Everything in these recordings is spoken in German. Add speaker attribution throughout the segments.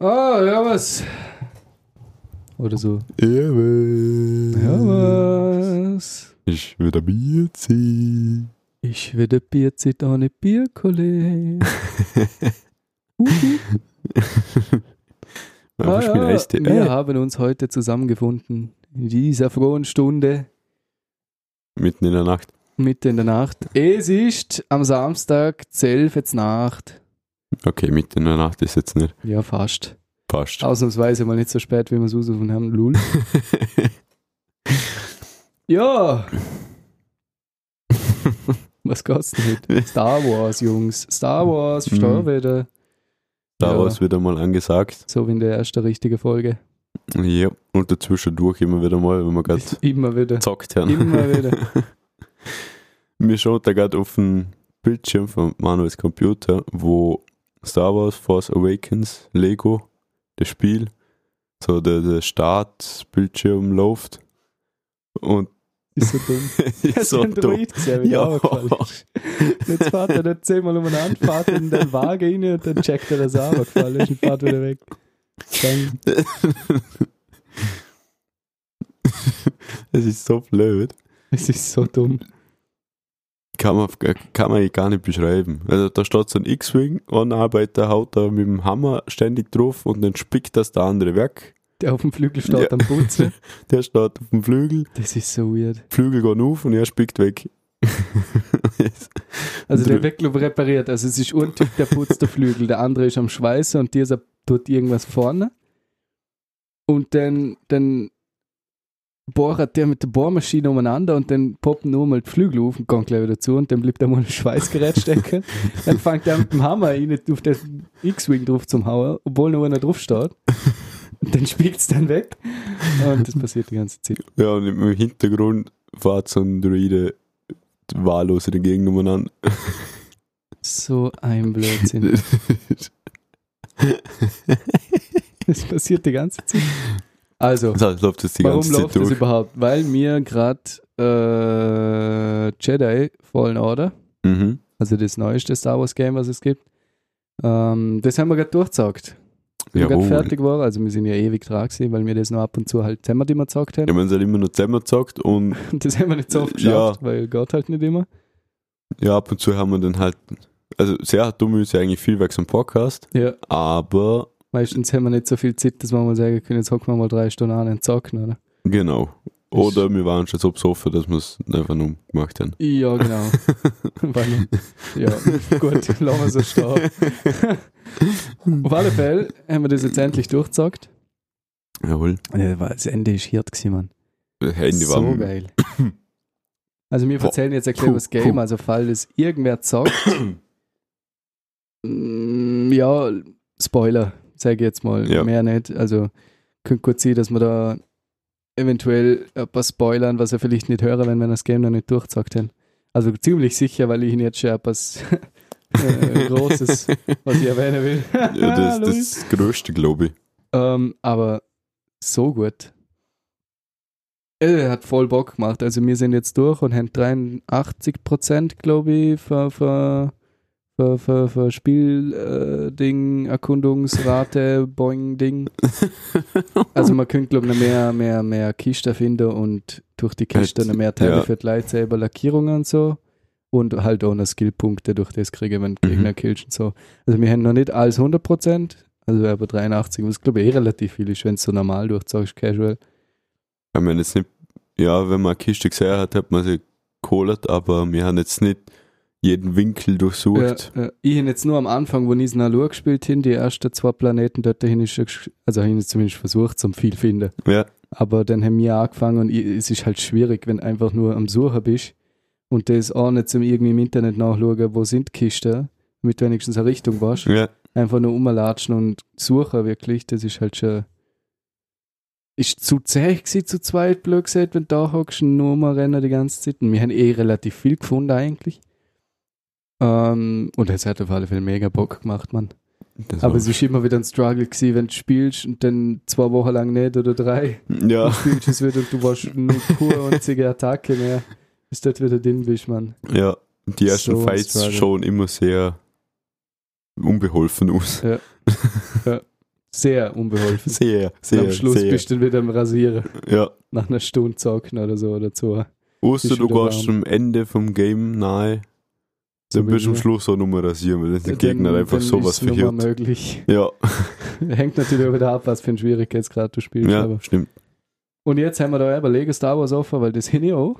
Speaker 1: Ah, ja, was? Oder so. Äh, Ja,
Speaker 2: Ewe.
Speaker 1: was?
Speaker 2: Ich will ein Bier ziehen.
Speaker 1: Ich werde Bier zieht ohne Bierkolle. Uhu.
Speaker 2: Einfach spielen Eistee.
Speaker 1: Ah, wir
Speaker 2: Äh,
Speaker 1: haben uns heute zusammengefunden in dieser frohen Stunde,
Speaker 2: Mitten in der Nacht.
Speaker 1: mitten in der Nacht. Es ist am Samstag 11 Uhr Nacht.
Speaker 2: Okay, mitten in der Nacht ist jetzt nicht.
Speaker 1: Ja, fast.
Speaker 2: Passt.
Speaker 1: Ausnahmsweise mal nicht so spät, wie wir es ausrufen haben. Lul. Ja, was geht's denn heute? Star Wars, Jungs. Star Wars,
Speaker 2: Mhm.
Speaker 1: verstehe wieder.
Speaker 2: da
Speaker 1: Ja.
Speaker 2: war's wieder mal angesagt.
Speaker 1: So wie in der ersten richtigen Folge.
Speaker 2: Ja, und dazwischendurch immer wieder mal, wenn wir gerade
Speaker 1: Immer wieder.
Speaker 2: zockt haben.
Speaker 1: Immer wieder.
Speaker 2: Mir schaut da gerade auf den Bildschirm von Manuels Computer, wo Star Wars Force Awakens, Lego, das Spiel, so der, der Startbildschirm läuft. Und
Speaker 1: Ist so dumm.
Speaker 2: ist so
Speaker 1: ein
Speaker 2: dumm.
Speaker 1: Druid gesehen, wie
Speaker 2: Ja.
Speaker 1: der runtergefallen ist. Jetzt fährt er nicht zehnmal um einen fährt in den Wagen rein und dann checkt er, dass er runtergefallen ist und fährt wieder weg. Dann,
Speaker 2: Es ist so blöd.
Speaker 1: es ist so dumm.
Speaker 2: Kann man, kann man gar nicht beschreiben. Also da steht so ein X-Wing, ein Arbeiter haut da mit dem Hammer ständig drauf und dann spickt das der andere weg.
Speaker 1: Der auf dem Flügel steht
Speaker 2: Ja.
Speaker 1: am Putzen.
Speaker 2: Der steht auf dem Flügel,
Speaker 1: Das ist so weird.
Speaker 2: Flügel gehen auf und er spickt weg.
Speaker 1: Also
Speaker 2: Drü-
Speaker 1: der wird glaub ich, repariert. Also es ist ein Typ, der putzt den Flügel, der andere ist am Schweißen und dieser tut irgendwas vorne. Und dann, dann bohrt der mit der Bohrmaschine umeinander und dann poppen nur mal die Flügel auf und gehen gleich wieder zu und dann bleibt da mal ein Schweißgerät stecken. dann fängt er mit dem Hammer rein auf den X-Wing drauf zum Hauen, obwohl noch einer drauf steht. Und dann spielt es dann weg. Und das passiert die ganze Zeit.
Speaker 2: Ja, und im Hintergrund fährt so ein Druide wahllos in den Gegend umeinander.
Speaker 1: So ein Blödsinn. Das passiert die ganze Zeit. Also,
Speaker 2: Das heißt, läuft jetzt die
Speaker 1: Warum
Speaker 2: ganze Zeit
Speaker 1: läuft das
Speaker 2: durch.
Speaker 1: überhaupt? Weil mir gerade äh, Jedi Fallen Order,
Speaker 2: Mhm.
Speaker 1: also das neueste Star Wars Game, was es gibt, ähm, das haben wir gerade durchgezockt. Wir gerade
Speaker 2: Jawohl.
Speaker 1: fertig war, also wir sind ja ewig dran gewesen, weil wir das noch ab und zu halt Zimmer immer gezockt haben.
Speaker 2: Ja, man hat halt immer noch zusammen zockt und
Speaker 1: Und das haben wir nicht so oft
Speaker 2: Ja.
Speaker 1: geschafft, weil Gott halt nicht immer.
Speaker 2: ja, ab und zu haben wir dann halt. Also, sehr dumm ist ja eigentlich viel weg zum Podcast,
Speaker 1: Ja,
Speaker 2: aber
Speaker 1: meistens haben wir nicht so viel Zeit, dass wir mal sagen können, jetzt hocken wir mal drei Stunden an und zocken, oder?
Speaker 2: genau. Oder wir waren schon so besoffen, dass wir es einfach nur gemacht haben.
Speaker 1: Ja, genau. Weil, ja, gut, lassen wir so stehen. Auf alle Fälle haben wir das jetzt endlich durchgezockt.
Speaker 2: Jawohl.
Speaker 1: Das Ende ist hier gewesen, Mann.
Speaker 2: Das Handy war.
Speaker 1: So geil. Also wir
Speaker 2: Boah.
Speaker 1: erzählen jetzt erklärt das
Speaker 2: Puh,
Speaker 1: Game,
Speaker 2: puh.
Speaker 1: also falls es irgendwer zockt. Mm, ja, Spoiler, sage ich jetzt mal.
Speaker 2: Ja.
Speaker 1: Mehr nicht. Also könnte gut sein, dass wir da eventuell ein paar spoilern, was er vielleicht nicht hören, wenn wir das Game noch nicht durchzockt haben. Also ziemlich sicher, weil ich ihn jetzt schon etwas äh, Großes, was ich erwähnen will.
Speaker 2: Ja, das, das
Speaker 1: Luis.
Speaker 2: ist das Größte, glaube ich.
Speaker 1: Ähm, aber so gut. Er hat voll Bock gemacht. Also wir sind jetzt durch und haben 83% glaube ich für, für, für, für, für Spiel äh, Ding, Erkundungsrate, Boing Ding. Also man könnte glaube ich noch mehr, mehr, mehr Kisten finden und durch die Kiste
Speaker 2: Halt,
Speaker 1: noch mehr Teile
Speaker 2: ja.
Speaker 1: für die Lightsaber, Lackierungen und so. Und halt auch noch Skillpunkte durch das kriegen, wenn du
Speaker 2: Mhm.
Speaker 1: Gegner killst und so. Also wir haben noch nicht alles 100%, also aber 83, was glaube ich eh relativ viel ist, wenn du so normal durchzockst, casual.
Speaker 2: Ich meine, jetzt nicht, ja, wenn man eine Kiste gesehen hat, hat man sie geholt, aber wir haben jetzt nicht jeden Winkel durchsucht.
Speaker 1: Ja, ja. ich habe jetzt nur am Anfang, wo ich es Nalur gespielt habe, die ersten zwei Planeten dort dahin ist, schon gesch- also habe ich es zumindest versucht, zum viel finden.
Speaker 2: Ja,
Speaker 1: Aber dann haben wir auch angefangen und ich, es ist halt schwierig, wenn du einfach nur am Suchen bist und das auch nicht zum irgendwie im Internet nachschauen, wo sind die Kisten, damit du wenigstens eine Richtung warst.
Speaker 2: ja.
Speaker 1: einfach nur umlatschen und suchen, wirklich, das ist halt schon. Ist zu zäh gewesen, zu zweit, blöd gesagt, wenn du da hockst und nur mal rennen die ganze Zeit. Und wir haben eh relativ viel gefunden eigentlich. Ähm, und es hat auf alle Fälle mega Bock gemacht, Mann.
Speaker 2: Das
Speaker 1: Aber
Speaker 2: war-
Speaker 1: es ist immer wieder ein Struggle gewesen, wenn du spielst und dann zwei Wochen lang nicht oder drei. Du
Speaker 2: ja,
Speaker 1: spielst es wieder und du warst nur pur einzige Attacke mehr. Bis du dort wieder drin bist, Mann.
Speaker 2: ja. Die ersten
Speaker 1: So ein
Speaker 2: Fights
Speaker 1: Struggle.
Speaker 2: schauen immer sehr unbeholfen aus.
Speaker 1: Ja. Sehr unbeholfen.
Speaker 2: Sehr,
Speaker 1: Und
Speaker 2: sehr,
Speaker 1: am Schluss
Speaker 2: sehr.
Speaker 1: bist du dann wieder am Rasierer.
Speaker 2: Ja.
Speaker 1: Nach einer Stunde zocken oder so oder zwei.
Speaker 2: Außer
Speaker 1: Ist
Speaker 2: du
Speaker 1: wieder
Speaker 2: gehst
Speaker 1: warm.
Speaker 2: zum Ende vom Game nahe, dann
Speaker 1: Zum
Speaker 2: bist du am
Speaker 1: Beispiel.
Speaker 2: Schluss auch nur rasieren, weil der
Speaker 1: Dann-
Speaker 2: Gegner einfach
Speaker 1: dann ist es
Speaker 2: sowas
Speaker 1: nur mal
Speaker 2: verhört.
Speaker 1: möglich.
Speaker 2: Ja,
Speaker 1: Hängt natürlich auch wieder ab, was für ein Schwierigkeitsgrad du spielst.
Speaker 2: ja,
Speaker 1: Aber.
Speaker 2: stimmt.
Speaker 1: Und jetzt haben wir da eben Lego Star Wars offen, weil das Hini auch.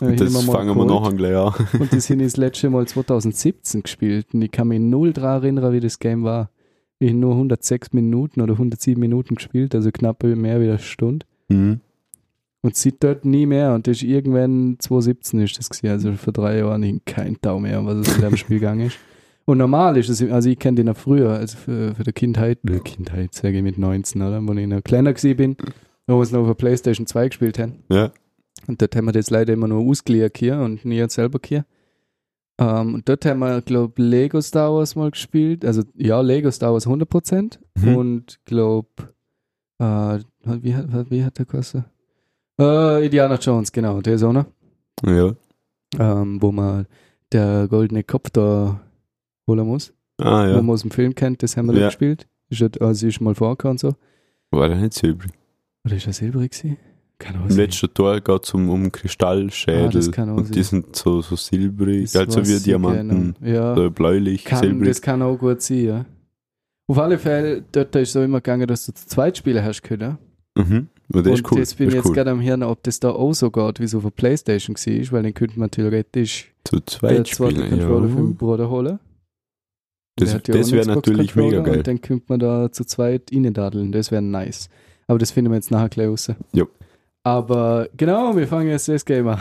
Speaker 1: Äh, hin
Speaker 2: Das
Speaker 1: haben mal
Speaker 2: fangen wir
Speaker 1: geholt.
Speaker 2: nachher gleich an.
Speaker 1: Und das habe ich das letzte Mal 2017 gespielt. Und ich kann mich null daran erinnern, wie das Game war. Ich habe nur 106 Minuten oder 107 Minuten gespielt, also knapp mehr wie eine Stunde.
Speaker 2: Mhm.
Speaker 1: Und sieht dort nie mehr. Und das ist irgendwann 2017 ist das gewesen. Also vor drei Jahren ich hab kein Tau mehr, um was es in dem Spiel gegangen ist. Und normal ist es, also ich kenne den ja früher, also für, für die Kindheit, äh, Kindheit sage ich mit 19, oder? Wo ich noch kleiner gewesen bin, wo wir es noch auf der Playstation 2 gespielt haben.
Speaker 2: Ja,
Speaker 1: Und dort haben wir das leider immer nur ausgeliehen hier und nie selber hier. Ähm, und dort haben wir, glaube ich, Lego Star Wars mal gespielt. Also, ja, Lego Star Wars 100%.
Speaker 2: Mhm.
Speaker 1: Und, glaube, äh, wie, hat- wie hat der Kosse? Äh, Indiana Jones, genau, der ist auch noch.
Speaker 2: ja.
Speaker 1: Ähm, wo man der goldene Kopf da holen muss,
Speaker 2: Ah,
Speaker 1: wo
Speaker 2: ja.
Speaker 1: man aus dem Film kennt, das haben wir
Speaker 2: Ja.
Speaker 1: da gespielt. Ist, halt- also ist mal vorgekommen und so.
Speaker 2: War der nicht so übrig?
Speaker 1: Oder ist das silbrig gewesen? Keine Ahnung.
Speaker 2: Im letzten Tor geht es um, um
Speaker 1: Ah, das
Speaker 2: Kristallschädel.
Speaker 1: kann auch
Speaker 2: und die
Speaker 1: sein.
Speaker 2: sind so, so silbrig,
Speaker 1: Das
Speaker 2: also
Speaker 1: weiß
Speaker 2: wie
Speaker 1: ich
Speaker 2: Diamanten.
Speaker 1: genau. Ja.
Speaker 2: So bläulich,
Speaker 1: Kann,
Speaker 2: silbrig.
Speaker 1: Das kann auch gut sein, ja. Auf alle Fälle, dort ist so immer gegangen, dass du zu zweit spielen hast können.
Speaker 2: Mhm. Und das
Speaker 1: Und
Speaker 2: ist cool.
Speaker 1: jetzt bin
Speaker 2: das
Speaker 1: ich jetzt
Speaker 2: ist cool.
Speaker 1: gerade am Hirn, ob das da auch so geht, wie es auf der Playstation war, weil dann könnte man theoretisch
Speaker 2: Zu
Speaker 1: der
Speaker 2: zweit
Speaker 1: zweite
Speaker 2: spielen.
Speaker 1: Controller für den
Speaker 2: Ja.
Speaker 1: Bruder holen. Der
Speaker 2: Das,
Speaker 1: hat ja auch
Speaker 2: das
Speaker 1: einen
Speaker 2: wäre natürlich mega
Speaker 1: Xbox-Controller
Speaker 2: geil.
Speaker 1: Und dann könnte man da zu zweit dadeln, das wäre nice. Aber das finden wir jetzt nachher gleich raus.
Speaker 2: Ja.
Speaker 1: Aber genau, wir fangen jetzt das Game an.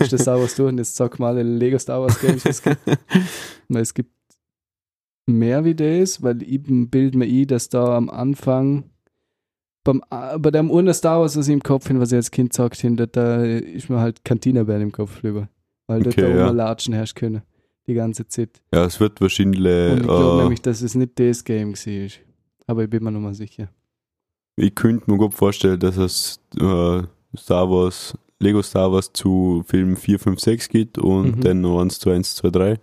Speaker 1: ist das Star Wars durch und jetzt sag mal Lego Star Wars Games, was Weil es gibt mehr wie das, weil eben bild mir ein, dass da am Anfang beim, A- bei dem ohne Star Wars, was ich im Kopf hin, was ich als Kind sagt hin, da- da ist mir halt Cantina-Bären im Kopf drüber. Weil dort
Speaker 2: Okay,
Speaker 1: da
Speaker 2: ja.
Speaker 1: oben latschen herrscht können. Die ganze Zeit.
Speaker 2: ja, es wird wahrscheinlich.
Speaker 1: Und ich glaube
Speaker 2: Äh,
Speaker 1: nämlich, dass es nicht das Game war. Aber ich bin mir noch mal sicher.
Speaker 2: ich könnte mir gut vorstellen, dass es äh, Star Wars, Lego Star Wars zu Film 4, 5, 6 geht und
Speaker 1: Mhm.
Speaker 2: dann noch 1, 2, 1, 2, 3.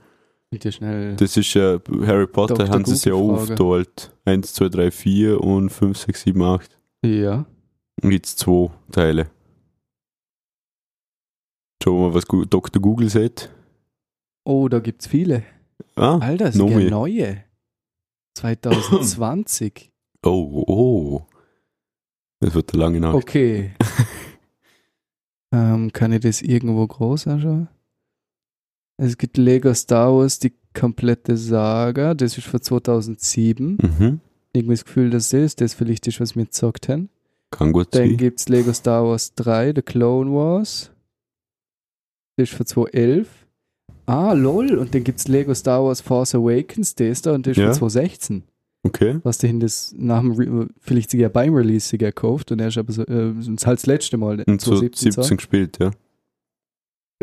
Speaker 1: Bitte schnell.
Speaker 2: Das ist ja Harry Potter,
Speaker 1: Dr.
Speaker 2: haben sie es ja
Speaker 1: Google-Frage.
Speaker 2: aufgeteilt. 1, 2, 3, 4 und 5, 6, 7, 8.
Speaker 1: Ja.
Speaker 2: Und jetzt zwei Teile. Schauen wir mal, was Gu- Dr. Google sagt.
Speaker 1: Oh, da gibt's viele.
Speaker 2: Ah,
Speaker 1: Alter, es gibt
Speaker 2: Nomi.
Speaker 1: ja neue. 2020.
Speaker 2: oh, oh. Das wird eine lange Nacht.
Speaker 1: Okay. ähm, kann ich das irgendwo groß anschauen? Es gibt Lego Star Wars, die komplette Saga. Das ist von 2007.
Speaker 2: Mhm.
Speaker 1: Irgendwie das Gefühl, dass das das vielleicht ist, was wir gezockt haben.
Speaker 2: Kann gut
Speaker 1: Dann
Speaker 2: sein.
Speaker 1: gibt es Lego Star Wars 3, The Clone Wars. Das ist von 2011. Ah, lol. Und dann gibt es Lego Star Wars Force Awakens, das da, und das ist
Speaker 2: Ja.
Speaker 1: von 2016.
Speaker 2: Okay.
Speaker 1: Was dahin das nach dem, Re vielleicht sogar beim Release sogar gekauft und er ist aber so, äh, das ist halt das letzte Mal,
Speaker 2: Und so 17 gespielt, ja.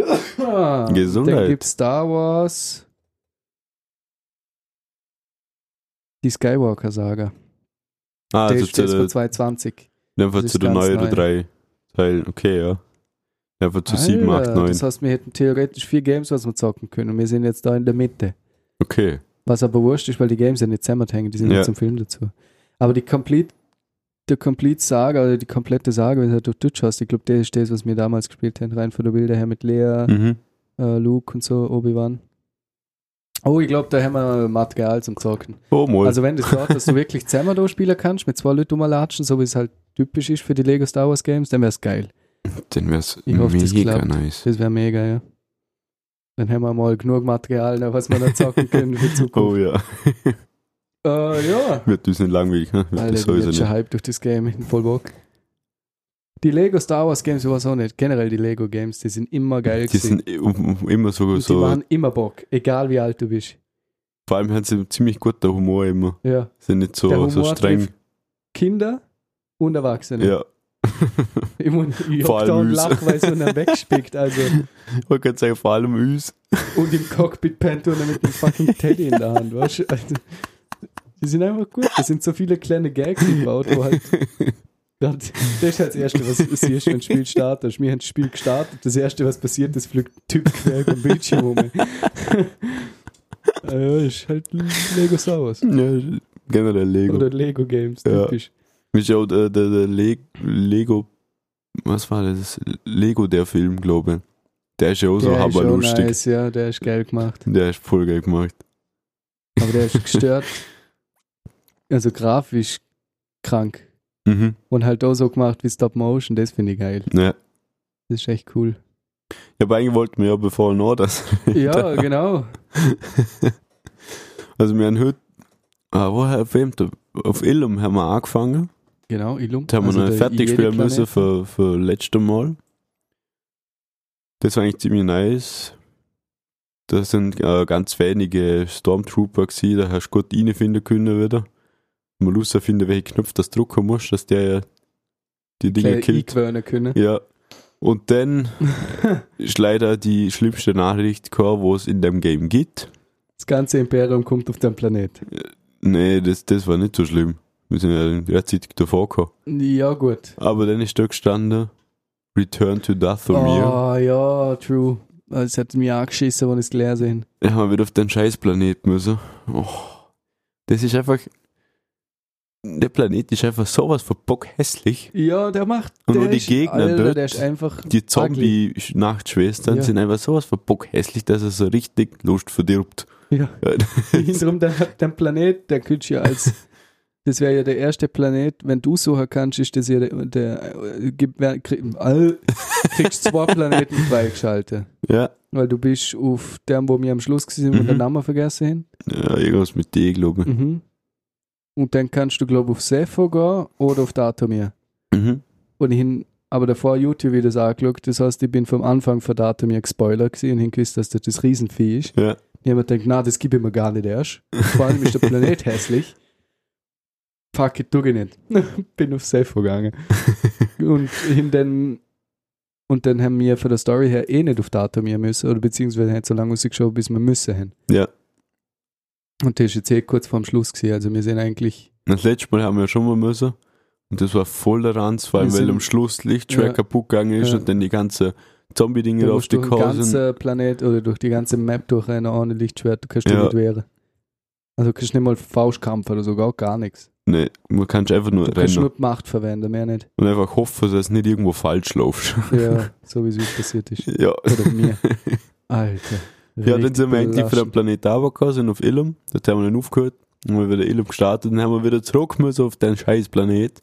Speaker 2: um
Speaker 1: Ah,
Speaker 2: Gesundheit.
Speaker 1: Dann gibt Star Wars. Die Skywalker-Saga.
Speaker 2: Ah,
Speaker 1: Also
Speaker 2: also
Speaker 1: das
Speaker 2: zu
Speaker 1: ist von
Speaker 2: der
Speaker 1: 2020.
Speaker 2: Einfach
Speaker 1: Das
Speaker 2: zu
Speaker 1: ist
Speaker 2: den
Speaker 1: ganz
Speaker 2: neueren
Speaker 1: neu.
Speaker 2: drei Teilen, okay, ja. Einfach zu sieben, acht,
Speaker 1: Alter,
Speaker 2: neun.
Speaker 1: Das heißt, wir hätten theoretisch vier Games, was wir zocken können. Und wir sind jetzt da in der Mitte.
Speaker 2: Okay.
Speaker 1: Was aber wurscht ist, weil die Games ja nicht zusammenhängen. Die sind
Speaker 2: Ja.
Speaker 1: nicht zum Film dazu. Aber die Complete, die Complete Saga oder die komplette Saga, wenn du halt auf Deutsch hast, ich glaube, das ist das, was wir damals gespielt haben. Rein von der Bilder her mit Lea,
Speaker 2: Mhm.
Speaker 1: äh, Luke und so, Obi-Wan. Oh, ich glaube, da haben wir Material zum Zocken.
Speaker 2: Oh, mal.
Speaker 1: Also wenn das dort, dass du wirklich zusammen da spielen kannst, mit zwei Leuten rumlatschen, so wie es halt typisch ist für die Lego Star Wars Games, dann wäre es geil.
Speaker 2: dann wäre es
Speaker 1: ich hoffe, das
Speaker 2: mega
Speaker 1: klappt.
Speaker 2: nice.
Speaker 1: Das wäre mega, ja. Dann haben wir mal genug Material, ne, was wir da zocken können für die
Speaker 2: Oh
Speaker 1: Zukunft.
Speaker 2: ja,
Speaker 1: Äh, ja.
Speaker 2: wird ein bisschen langweilig, ne? Wird
Speaker 1: Alter,
Speaker 2: Oh. das
Speaker 1: ich bin
Speaker 2: sowieso
Speaker 1: jetzt schon
Speaker 2: nicht.
Speaker 1: hyped durch das Game, ich bin voll Bock. Die Lego Star Wars Games sowas auch nicht. Generell die Lego Games, die sind immer geil
Speaker 2: Die
Speaker 1: gewesen.
Speaker 2: sind i- um- um- immer so,
Speaker 1: Und die
Speaker 2: so
Speaker 1: machen immer Bock, egal wie alt du bist.
Speaker 2: vor allem haben sie ziemlich gut der Humor immer.
Speaker 1: Ja.
Speaker 2: Sind nicht so,
Speaker 1: Der Humor
Speaker 2: so streng.
Speaker 1: trifft Kinder und Erwachsene.
Speaker 2: Ja.
Speaker 1: Ich muss ich
Speaker 2: Vor
Speaker 1: hab
Speaker 2: allem
Speaker 1: da und
Speaker 2: uns.
Speaker 1: lach, weil es so einer wegspickt. Also.
Speaker 2: Ich wollte gerade sagen, vor allem uns.
Speaker 1: Und im Cockpit pennt er mit einem fucking Teddy in der Hand, weißt du? Also, die sind einfach gut. Da sind so viele kleine Gags gebaut, wo halt. Das das ist halt das Erste, was passiert, wenn ein Spiel startet. Wir haben das Spiel gestartet. Das Erste, was passiert ist, fliegt ein Typ quer über den Bildschirm rum. ja, ist halt Lego Star Wars.
Speaker 2: Ja, generell Lego.
Speaker 1: Oder Lego Games,
Speaker 2: Ja.
Speaker 1: typisch.
Speaker 2: Mir ist auch äh, der, der, der Le Lego, was war das? Lego, der Film, glaube ich. Der ist ja auch so
Speaker 1: der ist schon
Speaker 2: haberlustig.
Speaker 1: nice, ja, der ist geil gemacht.
Speaker 2: Der ist voll geil gemacht.
Speaker 1: Aber der ist gestört. Also grafisch krank.
Speaker 2: Mhm.
Speaker 1: Und halt auch so gemacht wie Stop Motion, das finde ich geil.
Speaker 2: Ja.
Speaker 1: Das ist echt cool.
Speaker 2: Ich habe eigentlich wollten wir ja bevor noch das. reden.
Speaker 1: Ja, genau.
Speaker 2: Also wir haben heute, ah, woher auf wem? da- Auf Illum haben wir angefangen.
Speaker 1: Genau, Illum.
Speaker 2: Da haben wir noch fertig spielen müssen für, für letzte Mal. Das war eigentlich ziemlich nice. Das sind äh, ganz wenige Stormtrooper gewesen, da hast du gut reinfinden können wieder. Man muss finden, welche Knöpfe das drücken musst, dass der ja die Dinge
Speaker 1: Dinge
Speaker 2: killt.
Speaker 1: killt. können.
Speaker 2: Ja. Und dann ist leider die schlimmste Nachricht gekommen, wo es in dem Game gibt.
Speaker 1: Das ganze Imperium kommt auf den Planet.
Speaker 2: Nee, das, das war nicht so schlimm. Wir sind ja in der Zeit davor gekommen.
Speaker 1: Ja, gut.
Speaker 2: Aber dann ist da gestanden, Return to Dathomir.
Speaker 1: Oh, ja, true. Es hat mich angeschissen, wenn ich es gelesen
Speaker 2: Dann haben wir wieder auf den Scheißplaneten müssen. Oh, das ist einfach... Der Planet ist einfach sowas von bockhässlich.
Speaker 1: habe. Ja, der macht.
Speaker 2: Und
Speaker 1: der
Speaker 2: nur die
Speaker 1: ist-
Speaker 2: Gegner
Speaker 1: Alter,
Speaker 2: dort,
Speaker 1: Der ist einfach.
Speaker 2: Die Zombie-Nachtschwestern
Speaker 1: Ja.
Speaker 2: sind einfach sowas von bockhässlich, dass es so richtig Lust verdirbt.
Speaker 1: Ja, hinterm der, der Planet, der könntest du ja als. Das wäre ja der erste Planet, wenn du so kannst, ist das ja der. der äh, gib- wer- krieg, all, kriegst zwei Planeten freigeschaltet.
Speaker 2: ja,
Speaker 1: Weil du bist auf dem, wo wir am Schluss gesehen haben,
Speaker 2: Mhm.
Speaker 1: den Namen vergessen haben.
Speaker 2: ja, irgendwas mit D, glaube ich.
Speaker 1: Mhm. Und dann kannst du, glaube ich, auf Sepho gehen oder auf Datomir.
Speaker 2: Mhm.
Speaker 1: Und ich hin, aber davor YouTube wieder angeschaut, das heißt, ich bin vom Anfang von Datomir gespoilert gewesen und hin gewusst, dass das das Riesenvieh ist.
Speaker 2: Ja.
Speaker 1: Und jemand denkt, na, das gibt ich mir gar nicht erst. Vor allem ist der Planet hässlich. Fuck it, tu ich nicht. bin auf Sepho gegangen. Und hin dann. Und dann haben wir von der Story her eh nicht auf Datomir müssen, oder beziehungsweise nicht so lange rausgeschaut, bis wir müssen haben.
Speaker 2: Ja.
Speaker 1: Und das ist jetzt eh kurz vorm Schluss gewesen, also wir sind eigentlich
Speaker 2: Das letzte Mal haben wir schon mal müssen. Und das war voll der Ranz, vor allem
Speaker 1: Wir
Speaker 2: weil
Speaker 1: sind-
Speaker 2: am Schluss Lichtschwer
Speaker 1: Ja.
Speaker 2: kaputt gegangen ist
Speaker 1: Ja.
Speaker 2: und dann die ganze Zombie-Dinger
Speaker 1: Du
Speaker 2: auf
Speaker 1: musst
Speaker 2: die
Speaker 1: durch den
Speaker 2: Kurse. sind.
Speaker 1: ganzen Planet oder durch die ganze Map durch eine ohne Lichtschwert, du kannst
Speaker 2: Ja.
Speaker 1: ja. nicht wehren. Also du kannst nicht mal Faustkampf oder so, gar, gar nichts.
Speaker 2: Nee, man kann einfach nur
Speaker 1: Du kannst
Speaker 2: rennen
Speaker 1: nur die Macht verwenden, mehr nicht.
Speaker 2: und einfach hoffen, dass du nicht irgendwo falsch läufst.
Speaker 1: Ja, so wie es uns passiert ist.
Speaker 2: ja.
Speaker 1: Oder mir. Alter.
Speaker 2: ja, dann sind wir eigentlich von
Speaker 1: belastend.
Speaker 2: dem Planet Abaka, sind auf Illum. Dort haben wir dann aufgehört. Dann haben wir wieder Illum gestartet. Dann haben wir wieder zurück müssen auf den scheiß Planet.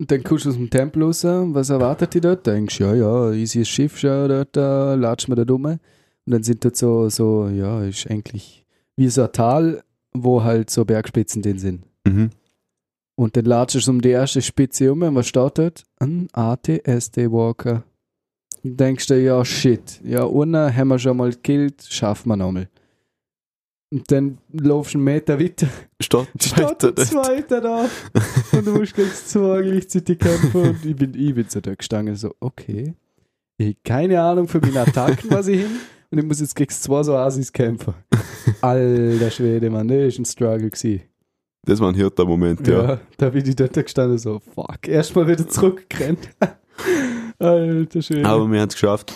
Speaker 1: Und dann kommst du aus dem Tempel raus, was erwartet dich dort? Denkst ja, ja, easy Schiff schon dort, äh, latscht mir da dumm. Und dann sind dort so, so, ja, ist eigentlich wie so ein Tal, wo halt so Bergspitzen drin sind.
Speaker 2: Mhm.
Speaker 1: Und dann latschst du um die erste Spitze um und was steht dort? Ein ATSD Walker. Und denkst du, ja, shit, ja, ohne haben wir schon mal gekillt, schaffen wir nochmal. Und dann laufst du einen Meter weiter,
Speaker 2: Startet
Speaker 1: steht ein zweiter da und du musst gegen zwei gleichzeitig kämpfen. Und ich bin, ich bin so da gestanden, so, okay, ich hab keine Ahnung für meine Attacken, was ich hin und ich muss jetzt gegen zwei so Asis kämpfen. Alter Schwede, Mann, das ist ein Struggle gewesen.
Speaker 2: Das war ein hirter Moment, ja.
Speaker 1: Ja, da bin ich dort gestanden, so, fuck, erstmal wieder zurückgerannt. Alter Schwede.
Speaker 2: Aber wir haben es geschafft.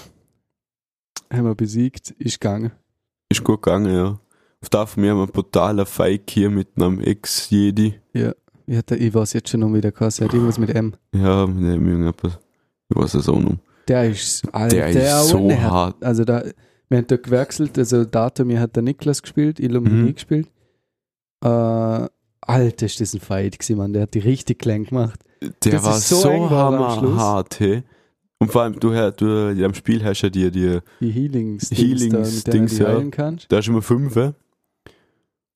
Speaker 1: haben wir besiegt, ist gegangen.
Speaker 2: Ist gut gegangen, ja. Auf der haben wir einen brutalen Fight hier mit einem Ex-Jedi.
Speaker 1: Ja, da, ich weiß jetzt schon um wieder krass, er hat irgendwas mit M.
Speaker 2: Ja, mit dem irgendetwas. Ich weiß es auch noch.
Speaker 1: Der ist, Alter,
Speaker 2: Der, ist so
Speaker 1: ohne-
Speaker 2: hart.
Speaker 1: Also da, wir haben da gewechselt, also Datum, mir hat der Niklas gespielt, Ilum hat
Speaker 2: Mhm.
Speaker 1: nie gespielt. Äh, Alter, ist das ein Fight gewesen, Mann, der hat die richtig klein gemacht.
Speaker 2: Der
Speaker 1: Das
Speaker 2: war
Speaker 1: ist so
Speaker 2: so,
Speaker 1: eng war am Schluss.
Speaker 2: hammerhart, hey. Und vor allem, du, hör- du am Spiel hast ja dir, dir
Speaker 1: Die Healings,
Speaker 2: Healings-
Speaker 1: da, mit denen
Speaker 2: Dings,
Speaker 1: du die
Speaker 2: ja.
Speaker 1: heilen kannst.
Speaker 2: da ist immer fünf. eh.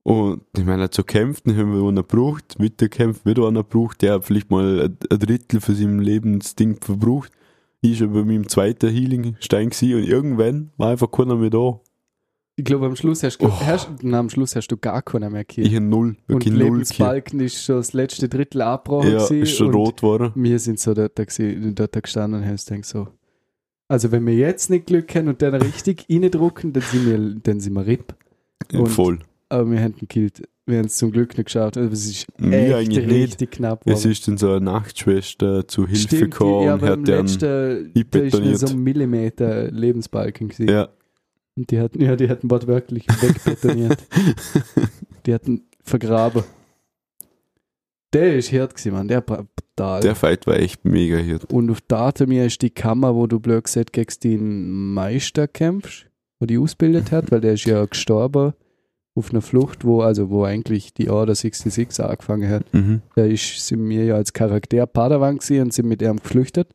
Speaker 2: Und ich meine, er hat so gekämpft, dann haben wir einen gebraucht, wieder gekämpft, wieder einen gebraucht, der hat vielleicht mal ein, ein Drittel von seinem Lebensding verbraucht. Ich war bei meinem zweiten Healing-Stein gewesen und irgendwann war einfach keiner mehr da.
Speaker 1: Ich glaube, am Schluss hast du,
Speaker 2: Oh.
Speaker 1: hast, na, am Schluss hast du gar keiner mehr gekillt.
Speaker 2: Ich habe null,
Speaker 1: Und
Speaker 2: wirklich null. gekillt.
Speaker 1: Lebensbalken ist schon das letzte Drittel abgebrochen.
Speaker 2: Ja,
Speaker 1: gewesen
Speaker 2: ist schon
Speaker 1: und
Speaker 2: rot geworden.
Speaker 1: Wir sind so dort, gewesen, dort gestanden und haben uns gedacht so, also wenn wir jetzt nicht Glück haben und dann richtig reindrucken, dann sind wir, dann sind wir RIP. Und-
Speaker 2: Voll.
Speaker 1: Aber wir haben den Kilt, wir haben es zum Glück nicht geschafft. Aber es ist
Speaker 2: Mir
Speaker 1: echt
Speaker 2: eigentlich nicht.
Speaker 1: richtig knapp
Speaker 2: Es
Speaker 1: geworden.
Speaker 2: ist dann so eine Nachtschwester zu Hilfe
Speaker 1: Stimmt, die,
Speaker 2: gekommen
Speaker 1: ja,
Speaker 2: und
Speaker 1: aber im
Speaker 2: hat dann.
Speaker 1: letzten,
Speaker 2: Hip
Speaker 1: da ist nur
Speaker 2: betoniert.
Speaker 1: so ein Millimeter Lebensbalken gewesen.
Speaker 2: Ja,
Speaker 1: Und die hatten, ja, die hatten wortwörtlich wegbetoniert. die hatten vergraben. Der ist hart gewesen, Mann. Der war brutal.
Speaker 2: Der Fight war echt mega hier.
Speaker 1: Und auf der hinter mir ist die Kammer, wo du blöd gesagt gegen den Meister kämpfst, wo die ausgebildet hat, weil der ist ja gestorben auf einer Flucht, wo also wo eigentlich die Order 66 angefangen hat.
Speaker 2: Mhm.
Speaker 1: Da ist, sind wir ja als Charakter Padawan gewesen und sind mit ihm geflüchtet.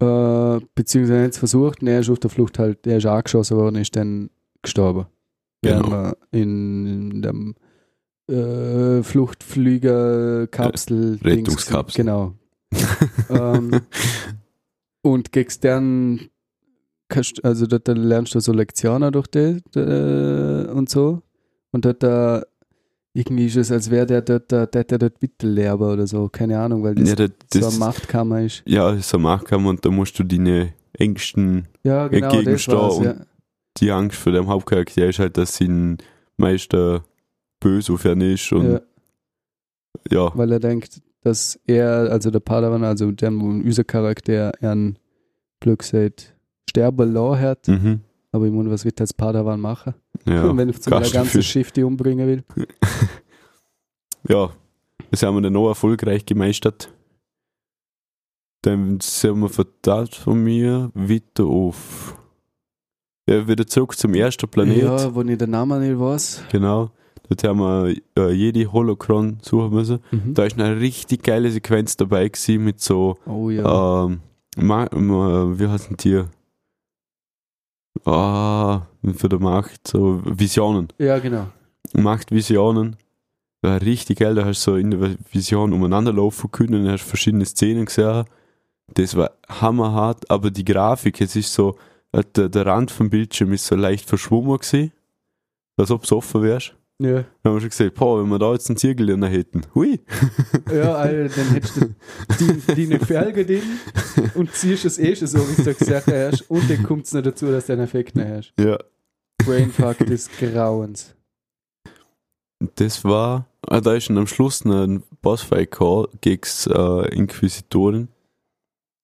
Speaker 1: Äh, beziehungsweise haben es versucht und er ist auf der Flucht halt, der ist angeschossen worden und ist dann gestorben. Während
Speaker 2: Genau.
Speaker 1: wir in dem äh, Fluchtflüger-Kapsel.
Speaker 2: Äh, Rettungskapsel.
Speaker 1: Genau. ähm, und gegen dann kannst, also dort dann lernst du so Lektionen durch die äh, und so. Und dort da irgendwie ist es, als wäre der dort, äh, der, der, der dort Mittellehrer oder so, keine Ahnung, weil das,
Speaker 2: ja, das,
Speaker 1: so eine
Speaker 2: das,
Speaker 1: Machtkammer ist.
Speaker 2: ja, das ist ein Machtkampf und da musst du deine Ängsten,
Speaker 1: Ja, genau, das
Speaker 2: Gegenstau
Speaker 1: war's,
Speaker 2: und-
Speaker 1: ja.
Speaker 2: die Angst vor dem Hauptcharakter ist halt, dass ihn Meister böse auf ihn ist
Speaker 1: ja.
Speaker 2: und ja,
Speaker 1: Weil er denkt, dass er, also der Padawan, also der, wo unser Charakter, einen Glück sagt, sterben lassen hat,
Speaker 2: Mhm.
Speaker 1: aber ich muss was wird als Padawan machen?
Speaker 2: ja.
Speaker 1: Und wenn so der
Speaker 2: Gast
Speaker 1: ganze
Speaker 2: dafür.
Speaker 1: Schiff die umbringen will.
Speaker 2: ja, das haben wir dann auch erfolgreich gemeistert. Dann sind wir von dort von mir weiter auf. Ja, wieder zurück zum ersten Planet.
Speaker 1: Ja, wo ich den Namen nicht weiß.
Speaker 2: Genau. Dort haben wir äh, jede Holocron suchen müssen. Mhm.
Speaker 1: Mhm.
Speaker 2: Da ist eine richtig geile Sequenz dabei gewesen mit so,
Speaker 1: Oh ja.
Speaker 2: ähm, Ma Ma wie heißen die? Ah, für die Macht, so Visionen.
Speaker 1: Ja, genau.
Speaker 2: macht Visionen. War richtig geil, da hast du so in der Vision umeinander laufen können, da hast du verschiedene Szenen gesehen. Das war hammerhart, aber die Grafik, es ist so, äh, der, der Rand vom Bildschirm ist so leicht verschwommen gewesen, als ob du offen wärst.
Speaker 1: Ja,
Speaker 2: Dann haben wir schon gesagt, boah, wenn wir da jetzt einen Zirkelländer hätten, hui.
Speaker 1: ja Alter, dann hättest du die, die eine Felge drin und ziehst es eh schon so, wie du gesagt hast. Und dann kommt es noch dazu, dass du einen Effekt nicht hast.
Speaker 2: Ja,
Speaker 1: Brainfuck des Grauens.
Speaker 2: das war, ah, da ist dann am Schluss noch ein Bossfight-Call gegen äh, Inquisitoren.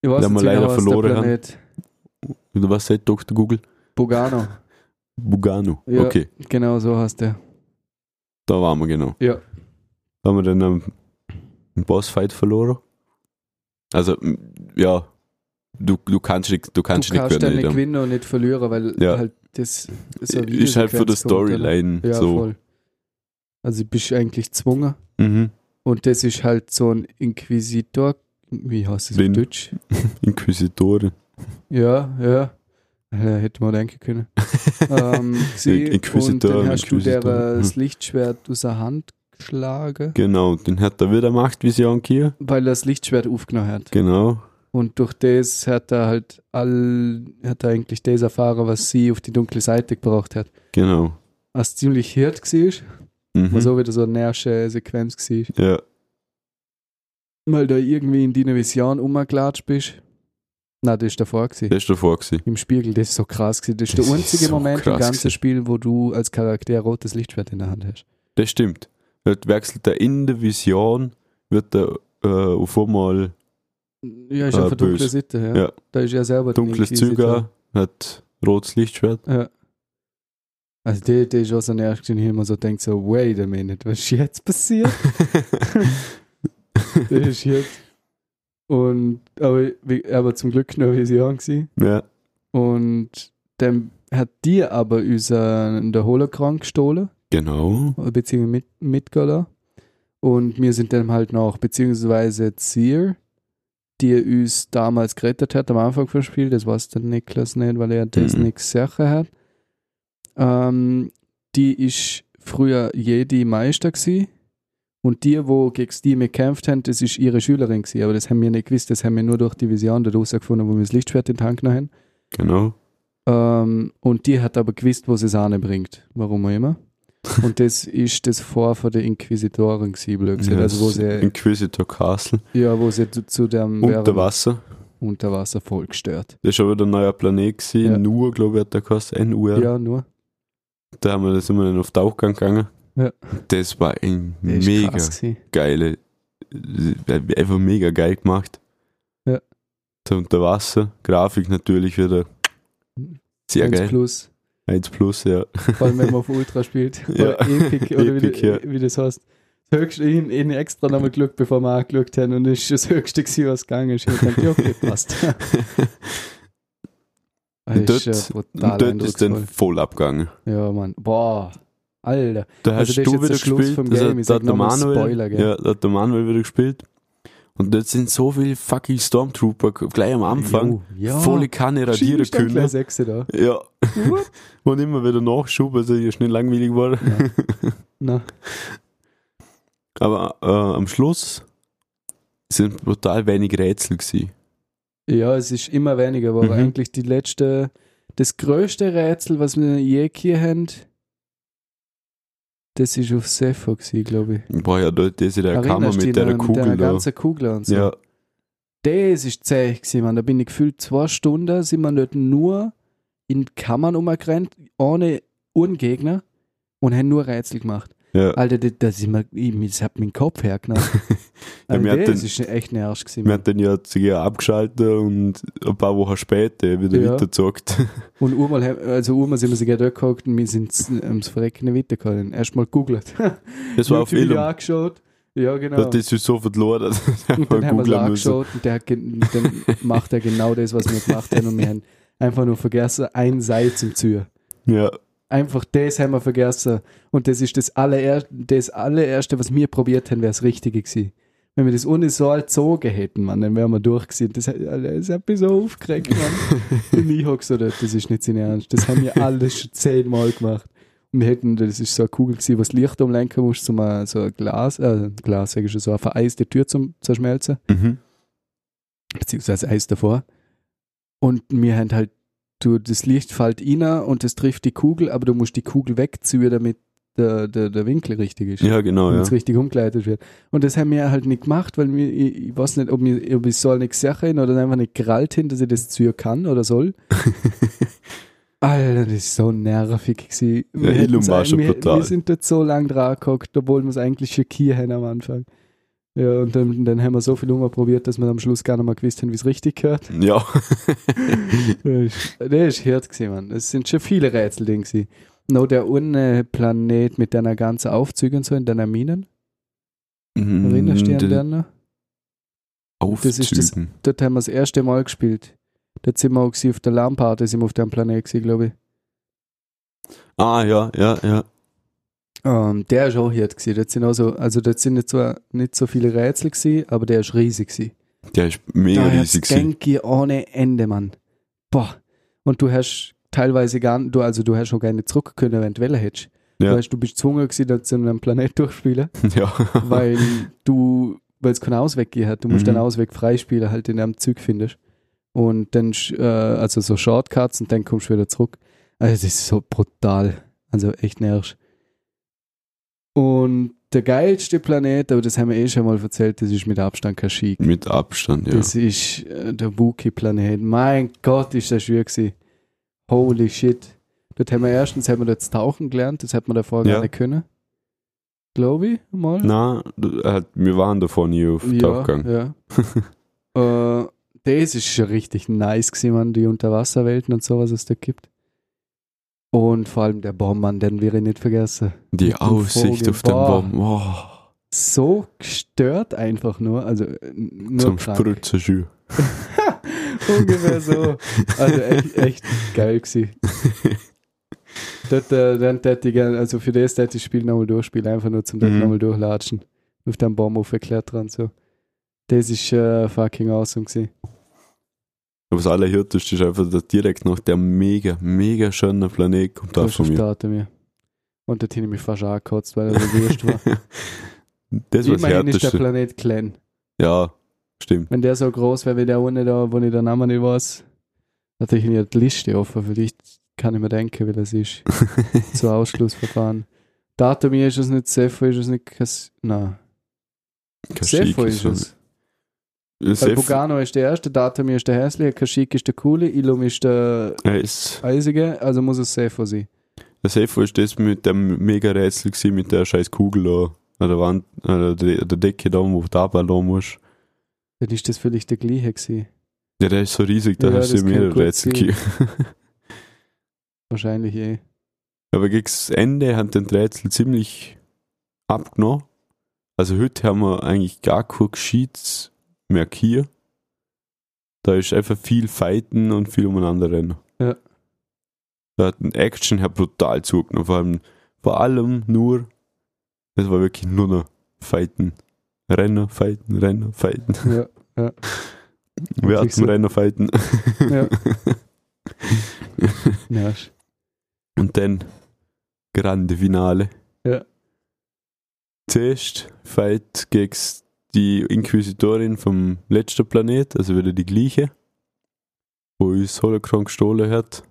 Speaker 1: Ich weiß
Speaker 2: Den haben
Speaker 1: nicht
Speaker 2: wir leider
Speaker 1: genau, was der
Speaker 2: verloren haben.
Speaker 1: Planet.
Speaker 2: Oder was sagt Dr. Google?
Speaker 1: Bogano.
Speaker 2: Bugano.
Speaker 1: Ja.
Speaker 2: Okay,
Speaker 1: Genau so heißt der.
Speaker 2: da waren wir genau.
Speaker 1: Ja.
Speaker 2: Da haben wir dann ähm, einen Bossfight verloren. Also, m, ja, du, du kannst nicht, du kannst
Speaker 1: du kannst
Speaker 2: nicht
Speaker 1: dann nicht
Speaker 2: gewinnen.
Speaker 1: gewinnen und nicht verlieren, weil
Speaker 2: Ja.
Speaker 1: halt das so
Speaker 2: Adam.
Speaker 1: eine
Speaker 2: Ist halt für die
Speaker 1: Videosequenz kommt, oder?
Speaker 2: Storyline
Speaker 1: Ja,
Speaker 2: so.
Speaker 1: voll. Also bist du eigentlich gezwungen.
Speaker 2: Mhm.
Speaker 1: Und das ist halt so ein Inquisitor. Wie heißt das
Speaker 2: Bin.
Speaker 1: auf Deutsch?
Speaker 2: Inquisitoren.
Speaker 1: Ja, ja. Ja, hätte man denken können. ähm,
Speaker 2: In-
Speaker 1: gesehen, und
Speaker 2: Inquisitor,
Speaker 1: dann hast du der
Speaker 2: Inquisitor.
Speaker 1: das Lichtschwert aus der Hand geschlagen,
Speaker 2: Genau, den hat er wieder Machtvision hier.
Speaker 1: weil er das Lichtschwert aufgenommen hat.
Speaker 2: Genau.
Speaker 1: Und durch das hat er halt all, hat er eigentlich das erfahren, was sie auf die dunkle Seite gebraucht hat.
Speaker 2: Genau.
Speaker 1: Was ziemlich hart war,
Speaker 2: Mhm.
Speaker 1: was auch wieder so eine nervige Sequenz war.
Speaker 2: ja,
Speaker 1: Weil du irgendwie in deiner Vision umgeklatscht bist. Nein, das ist davor gewesen.
Speaker 2: das ist davor gewesen.
Speaker 1: Im Spiegel, das ist so krass gewesen. Das ist der
Speaker 2: Das ist
Speaker 1: einzige
Speaker 2: so
Speaker 1: Moment im
Speaker 2: krass
Speaker 1: ganzen
Speaker 2: gewesen.
Speaker 1: Spiel, wo du als Charakter rotes Lichtschwert in der Hand hast.
Speaker 2: Das stimmt. Dort wechselt er in der Vision, wird er äh, auf einmal
Speaker 1: Ja, ist
Speaker 2: Ah,
Speaker 1: ja von dunkler
Speaker 2: böse.
Speaker 1: Seite, ja.
Speaker 2: Ja.
Speaker 1: Da ist ja selber der
Speaker 2: dunkles
Speaker 1: Inquisitor.
Speaker 2: Züger, hat rotes Lichtschwert.
Speaker 1: Ja. Also der, der ist auch so nervig, den ich immer so denkt so, wait a minute, was ist jetzt passiert? der ist jetzt. Und, aber, wie- aber zum Glück noch Vision gewesen.
Speaker 2: ja,
Speaker 1: Und dann hat die aber unseren, der Holocron gestohlen.
Speaker 2: genau.
Speaker 1: beziehungsweise mit, Mitgöller. Und wir sind dann halt noch, beziehungsweise Zier, die uns damals gerettet hat am Anfang vom Spiel. Das weiß der Niklas nicht, weil er das
Speaker 2: Mhm.
Speaker 1: nicht sicher hat. Ähm, die ist früher Jedi Meister gsi Und die, wo gegen die wir gekämpft haben, das ist ihre Schülerin gsi Aber das haben wir nicht gewusst. Das haben wir nur durch die Vision dort rausgefunden, wo wir das Lichtschwert in den Tank haben.
Speaker 2: Genau.
Speaker 1: Ähm, und die hat aber gewusst, wo sie Sahne bringt. Warum auch immer. Und das ist das Vor von der Inquisitoren gewesen, blöd gesagt.
Speaker 2: Ja,
Speaker 1: also wo
Speaker 2: das
Speaker 1: sie,
Speaker 2: Inquisitor Castle.
Speaker 1: ja, wo sie zu, zu dem
Speaker 2: Unter Wasser.
Speaker 1: Unterwasser voll gestört.
Speaker 2: Das ist schon wieder ein neuer Planet gewesen.
Speaker 1: Ja.
Speaker 2: Nur, glaube ich, hat der geheißen.
Speaker 1: Ja,
Speaker 2: N-U-R.
Speaker 1: nur.
Speaker 2: Da haben wir, sind wir dann auf Tauchgang gegangen.
Speaker 1: Ja.
Speaker 2: Das war ein
Speaker 1: Der ist
Speaker 2: mega
Speaker 1: krass gewesen.
Speaker 2: geile, äh, einfach mega geil gemacht.
Speaker 1: Ja.
Speaker 2: So unter Wasser. Grafik natürlich wieder sehr
Speaker 1: 1
Speaker 2: geil.
Speaker 1: plus,
Speaker 2: 1 plus, ja.
Speaker 1: vor allem wenn man auf Ultra spielt.
Speaker 2: Ja.
Speaker 1: Oder Epic, oder wie,
Speaker 2: Epic,
Speaker 1: du- wie das heißt. höchste, ich, ich hab extra nochmal geschaut, bevor wir angeschaut haben und es ist das höchste gewesen, was gegangen ist. Ich dachte, ja, okay, passt. Das
Speaker 2: Und dort-
Speaker 1: ist ja brutal
Speaker 2: Und dort ist dann
Speaker 1: eindrucksvoll.
Speaker 2: voll abgegangen.
Speaker 1: Ja, Mann. Boah. Alter.
Speaker 2: Da
Speaker 1: Also das
Speaker 2: hast
Speaker 1: ist
Speaker 2: du
Speaker 1: jetzt
Speaker 2: wieder
Speaker 1: der Schluss
Speaker 2: gespielt,
Speaker 1: vom
Speaker 2: das
Speaker 1: Game.
Speaker 2: hat-
Speaker 1: Ich sag
Speaker 2: da hat der
Speaker 1: nochmal
Speaker 2: Manuel,
Speaker 1: Spoiler, gell?
Speaker 2: ja, da hat der Manuel wieder gespielt. Und dort sind so viele fucking Stormtrooper g- gleich am Anfang.
Speaker 1: Jo, ja.
Speaker 2: Volle Kanne radieren
Speaker 1: Schienenstand
Speaker 2: können.
Speaker 1: gleich Sechse da.
Speaker 2: Ja.
Speaker 1: What?
Speaker 2: Und immer wieder Nachschub, also hier schnell langweilig war.
Speaker 1: Na,
Speaker 2: Aber äh, am Schluss sind brutal wenig Rätsel gewesen.
Speaker 1: ja, es ist immer weniger, aber
Speaker 2: Mhm.
Speaker 1: eigentlich die letzte, das größte Rätsel, was wir je hier haben, das ist auf Sepho gewesen, glaube ich.
Speaker 2: Boah, ja, dort diese der
Speaker 1: Erinnerst
Speaker 2: Kammer
Speaker 1: du dich
Speaker 2: mit der
Speaker 1: noch Mit
Speaker 2: Kugel
Speaker 1: der
Speaker 2: da.
Speaker 1: ganzen Kugel und so.
Speaker 2: Ja,
Speaker 1: Das ist zäh gewesen, Mann. Da bin ich gefühlt zwei Stunden, sind wir dort nur in Kammern umgerannt, ohne Ungegner und haben nur Rätsel gemacht.
Speaker 2: ja.
Speaker 1: Alter, das, das, ist mir, ich- das hat meinen Kopf hergenommen. Alter,
Speaker 2: mir hat
Speaker 1: das
Speaker 2: den-
Speaker 1: ist echt ein Arsch gewesen.
Speaker 2: Wir
Speaker 1: Mann.
Speaker 2: haben dann ja CGA abgeschaltet und ein paar Wochen später wieder
Speaker 1: Ja.
Speaker 2: weitergezockt.
Speaker 1: Und einmal, haben- also einmal sind wir sich dort gehockt und wir sind ums Verrecken nicht weitergekommen. Erstmal googelt.
Speaker 2: Das war auf Illum.
Speaker 1: angeschaut. Ja, genau.
Speaker 2: Das ist also. uns so verloren, dass wir
Speaker 1: Und dann haben wir es
Speaker 2: googeln müssen.
Speaker 1: angeschaut und der hat gen- dann macht er genau das, was wir gemacht haben und wir haben einfach nur vergessen, ein Seil zum Zür.
Speaker 2: Ja,
Speaker 1: Einfach das haben wir vergessen. Und das ist das allererste, das allererste was wir probiert haben, wäre das Richtige gewesen. Wenn wir das ohne Saal gezogen hätten, Mann, dann wären wir durch gewesen. Das, hat- das hat mich so aufgeregt, Mann. Und ich hab so, das ist nicht sein Ernst. Das haben wir alle schon zehnmal gemacht. Und wir hätten, das ist so eine Kugel gewesen, was Licht umlenken musst, um ein- so ein Glas, äh, Glas sag ich schon, so eine vereiste Tür zum zerschmelzen
Speaker 2: mhm.
Speaker 1: beziehungsweise Eis davor. Und wir haben halt, du, das Licht fällt rein und es trifft die Kugel, aber du musst die Kugel wegziehen, damit der, der, der Winkel richtig ist.
Speaker 2: ja genau.
Speaker 1: damit
Speaker 2: Ja.
Speaker 1: es richtig umgeleitet wird. Und das haben wir halt nicht gemacht, weil wir, ich, ich weiß nicht, ob ich, ob ich soll nicht gesagt hin oder einfach nicht gerallt hin, dass ich das ziehen kann oder soll. Alter, das ist so nervig gewesen. Wir,
Speaker 2: Ja, Illum
Speaker 1: hätten's
Speaker 2: war
Speaker 1: ein-
Speaker 2: schon
Speaker 1: wir,
Speaker 2: brutal.
Speaker 1: wir sind dort so lang dran gehockt, obwohl wir es eigentlich schockiert haben am Anfang. Ja, und dann, dann haben wir so viel umprobiert, dass wir am Schluss gar nicht mehr gewusst haben, wie es richtig gehört.
Speaker 2: ja.
Speaker 1: Das ist- das ist hart gewesen, Mann. Es sind schon viele Rätsel drin gewesen. Noch der eine Planet mit deiner ganzen Aufzüge und so in deiner Minen.
Speaker 2: Mm,
Speaker 1: Erinnerst du dich an den
Speaker 2: Mhm, Den
Speaker 1: noch? das ist das-
Speaker 2: Aufzügen.
Speaker 1: dort haben wir das erste Mal gespielt. Dort sind wir auch gewesen auf der LAN-Party, sind wir auf dem Planet gewesen, glaube ich.
Speaker 2: Ah, ja, ja, ja.
Speaker 1: Ähm, der ist auch hart gewesen. Dort sind auch so, also dort sind nicht, zwar nicht so viele Rätsel gewesen, aber der ist riesig gewesen.
Speaker 2: Der ist mega
Speaker 1: da
Speaker 2: riesig. gewesen.
Speaker 1: denke ich ohne Ende, Mann. Boah. Und du hast teilweise gar nicht, du, also du hast auch gar nicht zurück können, wenn du Welle hättest.
Speaker 2: Ja.
Speaker 1: Du, hast, du bist gezwungen gewesen, dort zu einem Planet durchspielen,
Speaker 2: Ja.
Speaker 1: weil du, weil es keinen Ausweg gegeben hat. Du musst
Speaker 2: Mhm.
Speaker 1: den Ausweg freispielen, halt in einem Zug findest. Und dann, sch- äh, also so Shortcuts und dann kommst du wieder zurück. Also das ist so brutal. Also echt nervig. Und der geilste Planet, aber das haben wir eh schon mal erzählt, das ist mit Abstand Kashyyyk.
Speaker 2: Mit Abstand, ja.
Speaker 1: Das ist äh, der Wookie-Planet. Mein Gott, ist das schwer gewesen. Holy shit. Dort haben wir erstens haben wir dort das Tauchen gelernt, das hätte man davor
Speaker 2: Ja.
Speaker 1: gar nicht können. Glaube ich mal.
Speaker 2: Na, äh, wir waren davor nie auf Tauchgang.
Speaker 1: ja, ja. äh, das ist schon richtig nice gewesen, man, die Unterwasserwelten und sowas, was es da gibt. Und vor allem der Baummann, den wir nicht vergessen.
Speaker 2: Die
Speaker 1: Mit dem
Speaker 2: Aussicht
Speaker 1: Vogel,
Speaker 2: auf den
Speaker 1: boah.
Speaker 2: Baum. Oh,
Speaker 1: So gestört einfach nur, also äh, nur
Speaker 2: zum
Speaker 1: krank.
Speaker 2: Spritzerschuh.
Speaker 1: Ungefähr so. Also echt, echt geil gewesen. Das, äh, dann hätte ich gerne, also für das hätte ich das Spiel nochmal durchspielen, einfach nur zum
Speaker 2: Mhm.
Speaker 1: mhm. nochmal durchlatschen. Auf dem Baum aufgeklettert und so. Das ist äh, fucking awesome gewesen.
Speaker 2: Aber das Allerhirteste ist einfach, dass direkt noch der mega, mega schöne Planet kommt da
Speaker 1: Das
Speaker 2: von mir.
Speaker 1: starten wir. Und dort hätte ich mich fast angekotzt, weil er so wurscht war.
Speaker 2: Das war das
Speaker 1: Immerhin ist der
Speaker 2: Härteste.
Speaker 1: Planet klein.
Speaker 2: Ja, stimmt.
Speaker 1: Wenn der so groß wäre wie der ohne da, wo ich den Namen nicht weiß, hatte ich nicht die Liste offen. Vielleicht kann ich mir denken, wie das ist. zu Ausschlussverfahren. Datum ist es nicht, Sepho ist es nicht, Kas nein,
Speaker 2: Kashyyyk
Speaker 1: Sepho ist
Speaker 2: so-
Speaker 1: es. Weil
Speaker 2: Sef
Speaker 1: Bugano ist der erste, Datum ist der hässliche, Kashyyyk ist der coole, Ilum ist der
Speaker 2: äh, ist,
Speaker 1: eisige, also muss es Sepho sein.
Speaker 2: das Sef ist das mit dem mega Rätsel gewesen, mit der scheiß Kugel da an der Wand, an der, an der Decke da, wo du da ballern musst.
Speaker 1: Dann ist das vielleicht der gleiche gewesen.
Speaker 2: Ja, der ist so riesig, da
Speaker 1: Ja,
Speaker 2: hast du
Speaker 1: das
Speaker 2: ja
Speaker 1: kann
Speaker 2: mehrere
Speaker 1: gut
Speaker 2: Rätsel
Speaker 1: sein.
Speaker 2: gegeben.
Speaker 1: Wahrscheinlich eh.
Speaker 2: Aber gegen das Ende hat den Rätsel ziemlich abgenommen. Also heute haben wir eigentlich gar keine Geschichts mehr hier. Da ist einfach viel Fighten und viel umeinander rennen.
Speaker 1: Ja.
Speaker 2: Da hat ein Action her brutal zugenommen. Vor allem, vor allem nur, es war wirklich nur noch Fighten. Rennen, Fighten, Rennen, Fighten.
Speaker 1: Ja.
Speaker 2: Wer hat
Speaker 1: Wirklich
Speaker 2: zum
Speaker 1: so.
Speaker 2: Rennen Fighten?
Speaker 1: Ja. Nervig.
Speaker 2: Und dann Grande Finale.
Speaker 1: Ja.
Speaker 2: Zuerst Fight gegen die Inquisitorin vom letzten Planet, also wieder die gleiche, wo uns Holocron gestohlen hat.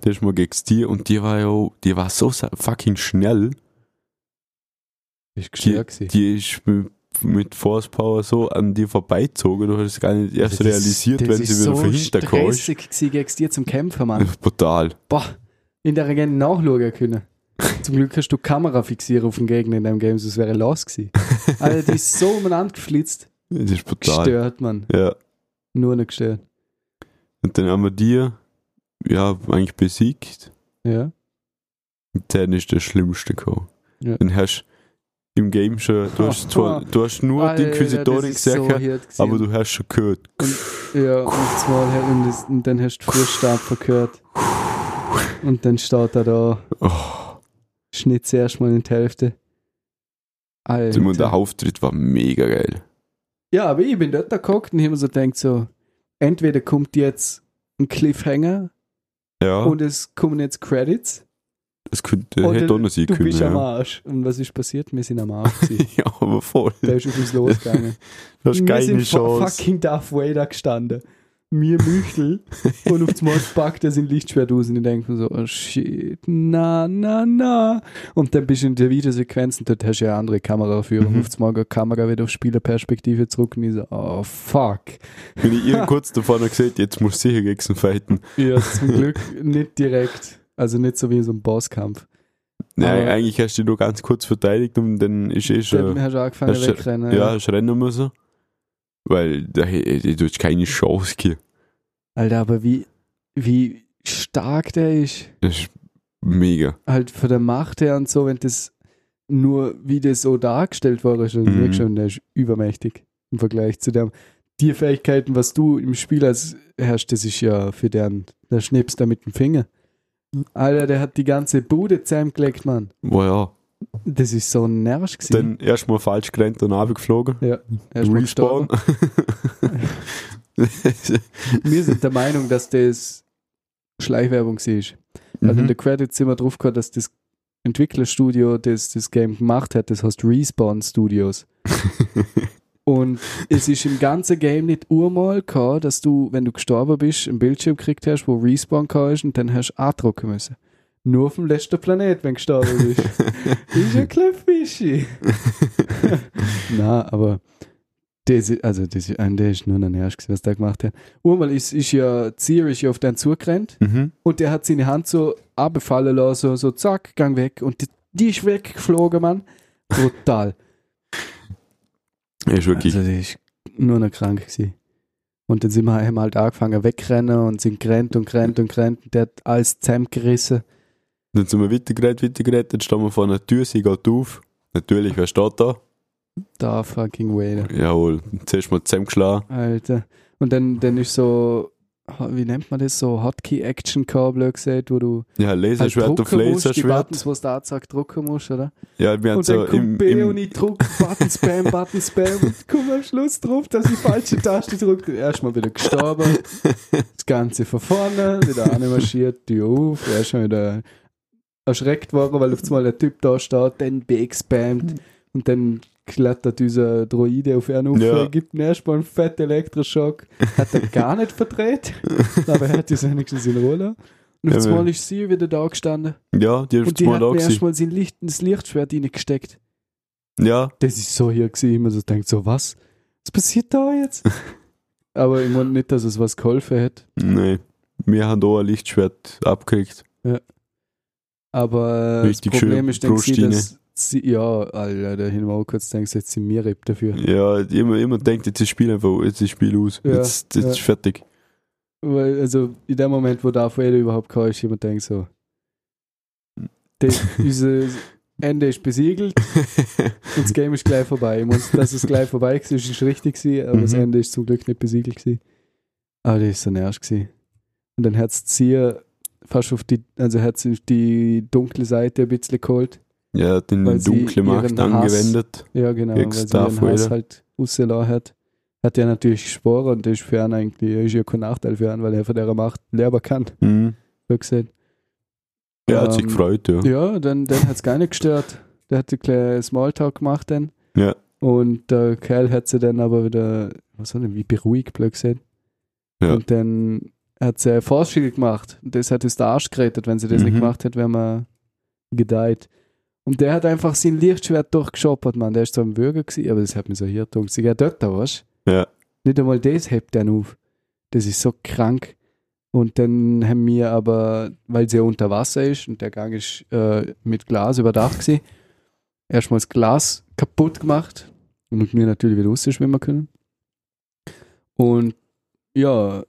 Speaker 2: Das mal gegen die und die war ja, auch- die war so sa- fucking schnell.
Speaker 1: Ist gestört gewesen.
Speaker 2: Die ist mit, mit Force Power so an dir vorbeizogen, du hast es gar nicht erst
Speaker 1: Also Das ist-
Speaker 2: realisiert, wenn sie wieder von hinten
Speaker 1: Das ist
Speaker 2: kommst.
Speaker 1: so stressig gewesen gegen dir zum Kämpfen, Mann.
Speaker 2: Brutal.
Speaker 1: Boah, in der Regent nachschauen können. Zum Glück hast du die Kamera fixiert auf den Gegner in deinem Game, sonst wäre er los gewesen. Alter, die ist so umeinander geflitzt.
Speaker 2: Das ist brutal.
Speaker 1: Also Gestört, Mann.
Speaker 2: Ja.
Speaker 1: Nur noch gestört.
Speaker 2: Und dann haben wir die ja eigentlich besiegt.
Speaker 1: Ja.
Speaker 2: Und dann ist das Schlimmste gekommen.
Speaker 1: Ja.
Speaker 2: Dann hast du im Game schon, du hast, zwar, du hast nur
Speaker 1: Ah,
Speaker 2: die Inquisitorin gesehen,
Speaker 1: gesagt,
Speaker 2: aber du hast schon gehört.
Speaker 1: Ja, und, zwar, her- und, das, und dann hast du Fußstapfen gehört. Und dann steht er da,
Speaker 2: Oh,
Speaker 1: schnitzt erstmal in die Hälfte. Alter.
Speaker 2: und der Auftritt war mega geil.
Speaker 1: Ja, aber ich bin dort da geguckt und ich hab mir so denkt so, entweder kommt jetzt ein Cliffhanger
Speaker 2: Ja,
Speaker 1: und es kommen jetzt Credits
Speaker 2: das könnte,
Speaker 1: und
Speaker 2: hätte auch noch sein
Speaker 1: du
Speaker 2: können.
Speaker 1: bist am
Speaker 2: Ja.
Speaker 1: Arsch. Und was ist passiert? Wir sind am Arsch gewesen.
Speaker 2: ja, aber voll.
Speaker 1: Der ist auf uns losgegangen.
Speaker 2: Du hast
Speaker 1: wir
Speaker 2: keine
Speaker 1: sind vor
Speaker 2: Chance.
Speaker 1: fucking Darth Vader gestanden. Mir Müchtel und auf dem packt er sein Lichtschwert aus und ich denke mir so, oh shit, na, na, na. Und dann bist du in der Videosequenz und dort hast du ja eine andere Kameraführung.
Speaker 2: Mhm.
Speaker 1: Auf einmal geht die Kamera wieder auf Spielerperspektive zurück und ich so, oh fuck.
Speaker 2: Wenn ich ihr kurz davor noch gesagt jetzt muss sicher gegen ihn fighten.
Speaker 1: Ja, zum Glück nicht direkt. Also nicht so wie in so einem Bosskampf.
Speaker 2: Nein,
Speaker 1: Aber-
Speaker 2: eigentlich hast du dich nur ganz kurz verteidigt und dann ist eh schon.
Speaker 1: Ah. Dann hast du angefangen
Speaker 2: Hast du-
Speaker 1: wegrennen.
Speaker 2: Ja, hast rennen müssen. Weil da hätte du hast keine Chance gegeben.
Speaker 1: Alter, aber wie, wie stark der ist.
Speaker 2: Das ist mega.
Speaker 1: Halt von der Macht her und so, wenn das nur wie das so dargestellt war, ist
Speaker 2: Mhm.
Speaker 1: mhm. schon, der ist übermächtig im Vergleich zu dem. Die Fähigkeiten, was du im Spiel als herrscht, das ist ja für den, der schnippst da mit dem Finger. Alter, der hat die ganze Bude zusammengelegt, Mann.
Speaker 2: Boah, ja.
Speaker 1: Das ist so nervig gewesen.
Speaker 2: Dann erstmal falsch gerannt und runtergeflogen.
Speaker 1: Er ist mal gestorben.
Speaker 2: Respawn.
Speaker 1: Also Wir sind der Meinung, dass das Schleichwerbung ist. Weil in
Speaker 2: mhm.
Speaker 1: der Credits sind wir drauf gekommen, dass das Entwicklerstudio, das das Game gemacht hat, das heißt Respawn Studios. Und es ist im ganzen Game nicht urmal gekommen, dass du, wenn du gestorben bist, einen Bildschirm gekriegt hast, wo Respawn gekommen ist und dann hast du andrucken müssen. Nur auf dem letzten Planet, wenn du gestorben bist. ist ja ein bisschen fishy. Na, aber das, ist- also das, ist- an der ist nur noch nervig, gewesen, was der gemacht hat. Urmal ist, ist ja, Zier ist ja auf den zugerannt
Speaker 2: Mhm.
Speaker 1: und der hat seine Hand so abbefallen lassen, so, so zack, gang weg und die, die ist weggeflogen, Mann. Brutal.
Speaker 2: Er ist wirklich.
Speaker 1: Also die ist nur noch krank gewesen. Und dann sind wir haben wir halt angefangen wegrennen und sind gerannt und gerannt und gerannt und der hat alles zusammengerissen.
Speaker 2: Dann sind wir weitergerannt, weitergerannt. Dann stehen wir vor einer Tür, sie geht auf. Natürlich, wer steht da?
Speaker 1: Da fucking Vader.
Speaker 2: Jawohl. Zuerst mal zusammengeschlagen.
Speaker 1: Alter. Und dann, dann ist so, wie nennt man das, so Hotkey-Action-Kabel gesagt, wo du halt
Speaker 2: Ja, Laserschwert auf
Speaker 1: drucken musst, die Buttons,
Speaker 2: Laserschwert.
Speaker 1: wo es da sagt, drucken musst, oder?
Speaker 2: Ja, wir haben
Speaker 1: Und
Speaker 2: so
Speaker 1: dann
Speaker 2: im,
Speaker 1: kommt B und
Speaker 2: im,
Speaker 1: ich druck Button Spam, Button Spam und komm am Schluss drauf, dass ich falsche Taste drückt. Erstmal wieder gestorben, das Ganze von vorne, wieder anmarschiert, Tür auf, er ist schon wieder erschreckt worden, weil auf einmal der Typ da steht, dann B gespammt und dann klettert dieser Droide auf ihn auf,
Speaker 2: Ja.
Speaker 1: gibt ihm erstmal einen fetten Elektroschock, hat er gar nicht verdreht, aber er hat es wenigstens in Ruhe lassen. Und auf
Speaker 2: Ja,
Speaker 1: einmal ist sie wieder da gestanden
Speaker 2: ja, die
Speaker 1: und
Speaker 2: ist
Speaker 1: die
Speaker 2: mal
Speaker 1: hat
Speaker 2: da
Speaker 1: mir
Speaker 2: gewesen.
Speaker 1: erstmal sein Licht, das Lichtschwert reingesteckt.
Speaker 2: Ja,
Speaker 1: Das ist so hier gewesen, immer so denkt so, was? Was passiert da jetzt? Aber ich meine nicht, dass es was geholfen hätte.
Speaker 2: nein. Wir haben da ein Lichtschwert abgekriegt.
Speaker 1: Aber
Speaker 2: Richtig
Speaker 1: das Problem
Speaker 2: schön
Speaker 1: ist, denke ich,
Speaker 2: Brustine.
Speaker 1: dass sie, ja, Alter, da hin mal kurz denkst, jetzt sind wir Ripp dafür.
Speaker 2: Ja, immer, immer denkt, jetzt ist das Spiel einfach, jetzt ist das Spiel aus.
Speaker 1: Ja,
Speaker 2: jetzt jetzt
Speaker 1: ja.
Speaker 2: ist fertig.
Speaker 1: Weil, also in dem Moment, wo Darth Vader überhaupt kam, ist jemand denkt so, das, unser Ende ist besiegelt und das Game ist gleich vorbei. Ich muss, dass es gleich vorbei war, ist richtig gewesen, aber das
Speaker 2: Mhm.
Speaker 1: Ende ist zum Glück nicht besiegelt gewesen. Aber das ist so nervig gewesen. Und dann hat es Zier fast auf die, also hat sie auf die dunkle Seite ein bisschen geholt.
Speaker 2: ja, hat in
Speaker 1: Weil
Speaker 2: den
Speaker 1: sie
Speaker 2: dunklen Markt
Speaker 1: ihren Hass-
Speaker 2: angewendet.
Speaker 1: Ja, genau,
Speaker 2: Gegen
Speaker 1: weil sie ihren
Speaker 2: Starfighter.
Speaker 1: Hass halt rausgelassen hat. Hat er natürlich gespart und das ist für ihn eigentlich, ist ja kein Nachteil für ihn, weil er von der Macht lernen kann,
Speaker 2: Mhm.
Speaker 1: wie gesagt.
Speaker 2: Ja, hat sich
Speaker 1: Ähm,
Speaker 2: gefreut, ja.
Speaker 1: Ja, dann, dann hat es gar nicht gestört. Der hat einen kleinen Smalltalk gemacht dann.
Speaker 2: Ja.
Speaker 1: Und der Kerl hat sie dann aber wieder, was hat er, wie beruhigt blöd gesehen.
Speaker 2: Ja.
Speaker 1: Und dann hat sie ein Vorschild gemacht. Und das hat uns der Arsch gerettet. Wenn sie das
Speaker 2: Mhm.
Speaker 1: nicht gemacht hätte, wäre man gedeiht. Und der hat einfach sein Lichtschwert durchgeschoppert, Mann. Der ist so am Würger gewesen, aber das hat mir so hier getan. Sie geht dort, weißt du?
Speaker 2: Ja.
Speaker 1: Nicht einmal das hebt er auf. Das ist so krank. Und dann haben wir aber, weil sie ja unter Wasser ist und der Gang ist äh, mit Glas überdacht gewesen, erstmal das Glas kaputt gemacht und wir natürlich wieder rausschwimmen können. Und ja,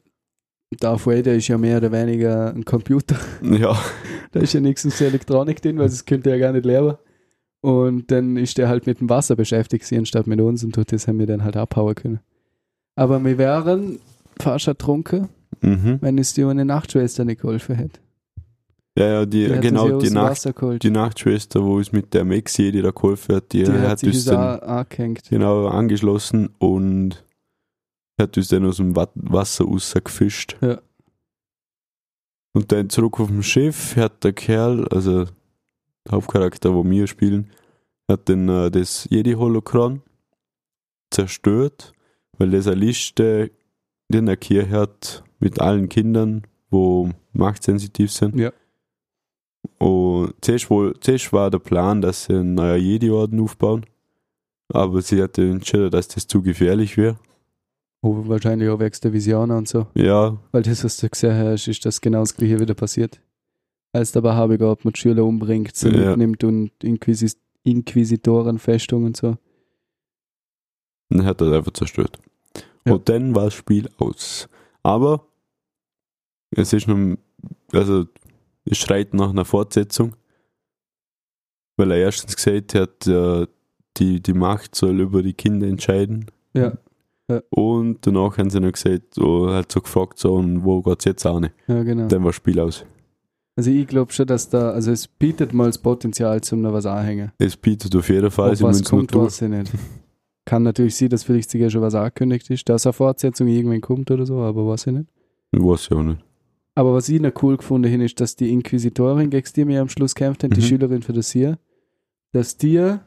Speaker 1: Darth Vader ist ja mehr oder weniger ein Computer.
Speaker 2: Ja,
Speaker 1: Da ist ja nichts aus der Elektronik drin, weil das könnte er ja gar nicht lernen. Und dann ist er halt mit dem Wasser beschäftigt, gewesen, anstatt mit uns und durch das haben wir dann halt abhauen können. Aber wir wären fast ertrunken,
Speaker 2: mhm.
Speaker 1: wenn es dir eine Nachtschwester nicht geholfen hätte.
Speaker 2: ja, ja, die,
Speaker 1: hat uns ja
Speaker 2: genau,
Speaker 1: aus
Speaker 2: die,
Speaker 1: dem
Speaker 2: Nacht,
Speaker 1: Wasser geholt.
Speaker 2: die Nachtschwester, wo es mit der Maxi, die da geholfen hat, die,
Speaker 1: Die hat
Speaker 2: hat
Speaker 1: sich
Speaker 2: uns
Speaker 1: das
Speaker 2: dann
Speaker 1: auch angehängt.
Speaker 2: genau angeschlossen und hat uns dann aus dem Wat- Wasser rausgefischt.
Speaker 1: Ja.
Speaker 2: Und dann zurück auf dem Schiff hat der Kerl, also der Hauptcharakter, wo wir spielen, hat dann äh, das Jedi-Holokron zerstört, weil das eine Liste in der Kirche hat mit allen Kindern, wo machtsensitiv sind.
Speaker 1: Ja.
Speaker 2: Und zuerst, wohl, zuerst war der Plan, dass sie einen neuen Jedi-Orden aufbauen. Aber sie hatte entschieden, dass das zu gefährlich wäre.
Speaker 1: Oh, wahrscheinlich auch wegen der Vision und so.
Speaker 2: Ja,
Speaker 1: Weil das, was du gesehen hast, ist das genau das gleiche wieder passiert. Als der Wahhabiger mit Schüler umbringt, sie
Speaker 2: Ja.
Speaker 1: mitnimmt und Inquisis Inquisitorenfestung und so.
Speaker 2: dann hat er das einfach zerstört.
Speaker 1: Ja.
Speaker 2: Und dann war das Spiel aus. Aber es ist nun, also es schreit nach einer Fortsetzung. Weil er erstens gesagt hat, äh, die, die Macht soll über die Kinder entscheiden.
Speaker 1: Ja,
Speaker 2: Und danach haben sie noch gesagt, oh, halt so gefragt, so, und wo geht's jetzt auch nicht?
Speaker 1: ja genau.
Speaker 2: Dann war das Spiel aus.
Speaker 1: Also ich glaube schon, dass da, also es bietet mal das Potenzial zum noch was anhängen.
Speaker 2: Es bietet auf jeden Fall,
Speaker 1: Ob was
Speaker 2: müssen's noch
Speaker 1: kommt, weiß ich nicht. Kann natürlich sein, dass vielleicht sogar schon was angekündigt ist, dass eine Fortsetzung irgendwann kommt oder so, aber weiß ich nicht.
Speaker 2: Ich weiß ja auch nicht.
Speaker 1: Aber was ich noch cool gefunden habe, ist, dass die Inquisitorin, gegen die wir am Schluss kämpft haben, die
Speaker 2: Mhm.
Speaker 1: Schülerin für das hier, dass die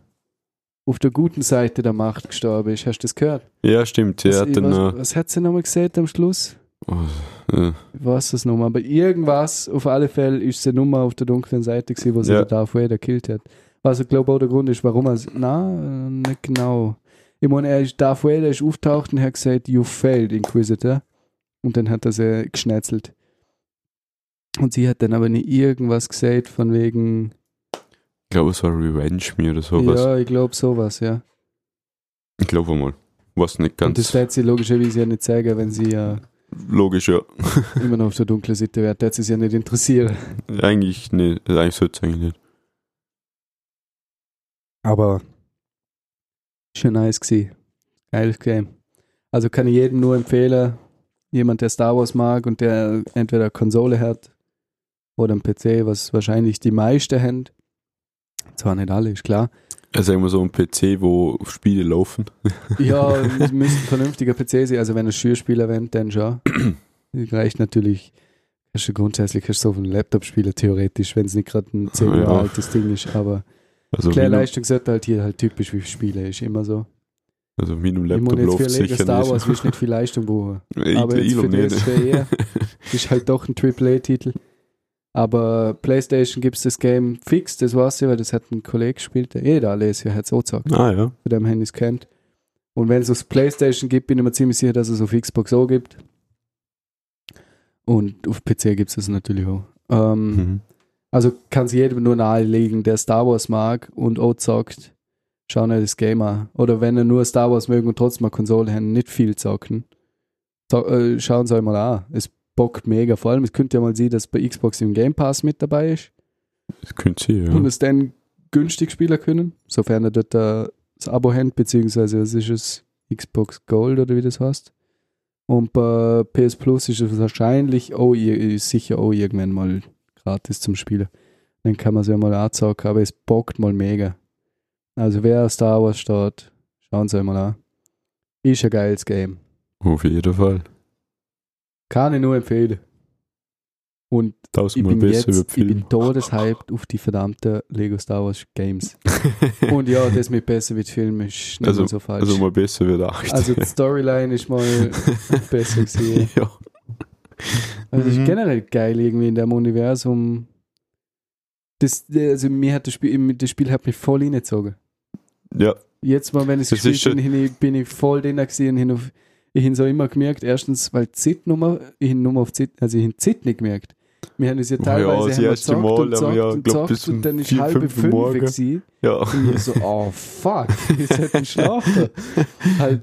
Speaker 1: auf der guten Seite der Macht gestorben ist. Hast du das gehört?
Speaker 2: Ja, stimmt. Er
Speaker 1: was,
Speaker 2: hat dann,
Speaker 1: was,
Speaker 2: äh,
Speaker 1: was hat sie nochmal gesagt am Schluss?
Speaker 2: äh,
Speaker 1: Ich weiß das nochmal, aber irgendwas, auf alle Fälle, ist sie Nummer auf der dunklen Seite gewesen, wo sie
Speaker 2: Ja.
Speaker 1: den Darth Vader killt hat. Was ich glaube auch der Grund ist, warum er es. Na, äh, nicht genau. Ich meine, er ist, Darth Vader ist auftaucht und hat gesagt, you failed, Inquisitor. Und dann hat er sie geschnetzelt. Und sie hat dann aber nie irgendwas gesagt von wegen.
Speaker 2: ich glaube, es war Revenge Me oder sowas.
Speaker 1: Ja, ich glaube sowas, ja.
Speaker 2: Ich glaube mal. Was nicht
Speaker 1: und das
Speaker 2: ganz
Speaker 1: wird sie logischerweise ja nicht zeigen, wenn sie ja
Speaker 2: logisch, ja.
Speaker 1: immer noch auf der dunklen Seite wäre. Das ist ja nicht interessieren.
Speaker 2: eigentlich nicht. Also Eigentlich sollte es eigentlich nicht.
Speaker 1: Aber schon nice gewesen. Geiles Game. Also kann ich jedem nur empfehlen, jemand, der Star Wars mag und der entweder eine Konsole hat oder einen PC, was wahrscheinlich die meisten haben. Zwar nicht alle, ist klar.
Speaker 2: Also sagen wir so ein PC, wo Spiele laufen.
Speaker 1: Ja, es müsste ein vernünftiger PC sein. Also wenn ihr Schürspieler wendet, dann schon. Reicht natürlich, hast du grundsätzlich hast du so auf einem Laptop spielen, theoretisch, wenn es nicht gerade ein 10 Jahre
Speaker 2: Ja.
Speaker 1: altes Ding ist. Aber
Speaker 2: Also
Speaker 1: kleine
Speaker 2: Leistung.
Speaker 1: Leistung sollte halt hier halt typisch wie Spiele, ist immer so.
Speaker 2: Also wie einem
Speaker 1: Ich
Speaker 2: Laptop
Speaker 1: meine, jetzt für
Speaker 2: läuft
Speaker 1: Lego
Speaker 2: sicher
Speaker 1: Star Wars
Speaker 2: nicht.
Speaker 1: willst du nicht viel Leistung brauchen.
Speaker 2: ich
Speaker 1: aber jetzt
Speaker 2: ich
Speaker 1: für
Speaker 2: glaub
Speaker 1: die
Speaker 2: nicht.
Speaker 1: DSP eher. Ist halt doch ein AAA-Titel. Aber Playstation gibt es das Game fix, das weiß ich, weil das hat ein Kollege gespielt, der jeder alles hier hat es auch gesagt,
Speaker 2: ah ja.
Speaker 1: von dem Handys kennt. Und wenn es auf Playstation gibt, bin ich mir ziemlich sicher, dass es auf Xbox auch gibt. Und auf PC gibt es das natürlich auch. Ähm,
Speaker 2: Mhm.
Speaker 1: also kann es jedem nur nahelegen, der Star Wars mag und auch zockt, schauen euch das Game an. Oder wenn ihr nur Star Wars mögen und trotzdem eine Konsole haben, nicht viel zocken, zo äh, schauen sie euch mal an. Es bockt mega. Vor allem, es könnt ihr mal sehen, dass bei Xbox im Game Pass mit dabei ist
Speaker 2: Das könnte sie, ja.
Speaker 1: und es dann günstig spielen können, sofern er dort äh, das Abo hat, beziehungsweise es ist es Xbox Gold oder wie das heißt. Und bei PS Plus ist es wahrscheinlich auch, ir- ist sicher auch irgendwann mal gratis zum Spielen. Dann kann man es ja mal anzocken, aber es bockt mal mega. Also wer auf Star Wars steht, schauen Sie mal an. Ist ein geiles Game.
Speaker 2: Auf jeden Fall.
Speaker 1: Kann ich nur empfehlen. Und ich
Speaker 2: Tausendmal
Speaker 1: bin
Speaker 2: besser
Speaker 1: jetzt,
Speaker 2: über
Speaker 1: ich
Speaker 2: Film.
Speaker 1: bin todeshyped auf die verdammten Lego Star Wars Games. Und ja, das mit besser mit Film ist nicht
Speaker 2: Also-
Speaker 1: mal so falsch.
Speaker 2: also
Speaker 1: Also,
Speaker 2: mal besser wird acht.
Speaker 1: die Storyline ist mal besser gesehen.
Speaker 2: ja.
Speaker 1: Also
Speaker 2: Mhm.
Speaker 1: ist generell geil irgendwie in dem Universum. Das, also mir hat das Spiel, das Spiel hat mich voll hingezogen.
Speaker 2: ja,
Speaker 1: Jetzt mal, wenn ich es
Speaker 2: Das
Speaker 1: gespielt
Speaker 2: ist schon-
Speaker 1: bin, bin ich, bin ich voll drin gewesen und hin auf, ich habe so immer gemerkt, erstens, weil die Zit-Nummer, ich habe Nummer auf Zit, also ich habe Zit nicht gemerkt. Wir haben uns ja
Speaker 2: Oh ja,
Speaker 1: teilweise
Speaker 2: das
Speaker 1: haben wir
Speaker 2: erste
Speaker 1: gezockt
Speaker 2: Mal,
Speaker 1: und
Speaker 2: aber
Speaker 1: gezockt
Speaker 2: ja,
Speaker 1: und
Speaker 2: glaub,
Speaker 1: gezockt
Speaker 2: bis um
Speaker 1: und dann ist
Speaker 2: vier,
Speaker 1: halb
Speaker 2: fünf Uhr
Speaker 1: fünf
Speaker 2: morgen.
Speaker 1: gewesen.
Speaker 2: ja.
Speaker 1: Und ich so, oh fuck, ich hätte schlafen. halt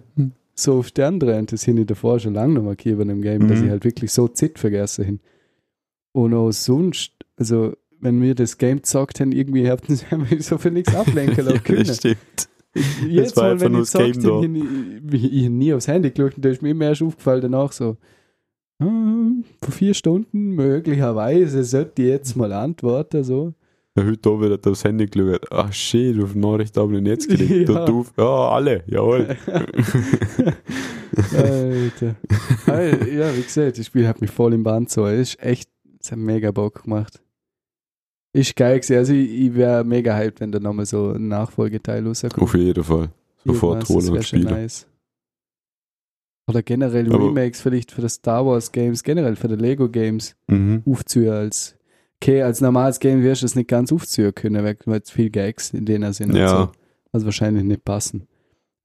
Speaker 1: so auf Stern rennt, das hin ich davor schon lange noch markiert bei dem Game, dass
Speaker 2: Mhm.
Speaker 1: ich halt wirklich so Zit vergessen hin. Und auch sonst, also wenn wir das Game gezockt haben, irgendwie habt ihr mich so für nichts ablenken lassen
Speaker 2: ja,
Speaker 1: können.
Speaker 2: das stimmt.
Speaker 1: Jetzt
Speaker 2: war
Speaker 1: mal,
Speaker 2: einfach
Speaker 1: wenn
Speaker 2: nur
Speaker 1: ich
Speaker 2: das Game
Speaker 1: gezockt habe, ich, ich, ich hab nie aufs Handy geschaut und da ist mir immer erst aufgefallen danach so, hm, vor vier Stunden möglicherweise sollte ich jetzt mal antworten, so.
Speaker 2: Ja, heute Abend hat er aufs Handy geschaut. Ach, shit, auf die Nachricht habe ich ihn jetzt gekriegt.
Speaker 1: Ja.
Speaker 2: Und du, ja, alle, jawohl.
Speaker 1: Alter. Aber, ja, wie gesagt, das Spiel hat mich voll im Band so. Es ist echt, es hat mega Bock gemacht. Ist geil gewesen. Also ich, ich wäre mega hyped, wenn da nochmal so ein Nachfolgeteil rauskommt.
Speaker 2: Auf jeden Fall. Sofort
Speaker 1: Irgendwas, das
Speaker 2: holen
Speaker 1: wär
Speaker 2: und
Speaker 1: schon
Speaker 2: spielen.
Speaker 1: nice. Oder generell
Speaker 2: Aber-
Speaker 1: Remakes vielleicht für die Star Wars Games, generell für die Lego Games
Speaker 2: Mhm.
Speaker 1: aufzuhören als okay, als normales Game wirst du es nicht ganz aufzuhören können, weil weil es viel Gags in denen sind und
Speaker 2: Ja.
Speaker 1: so. Also wahrscheinlich nicht passen.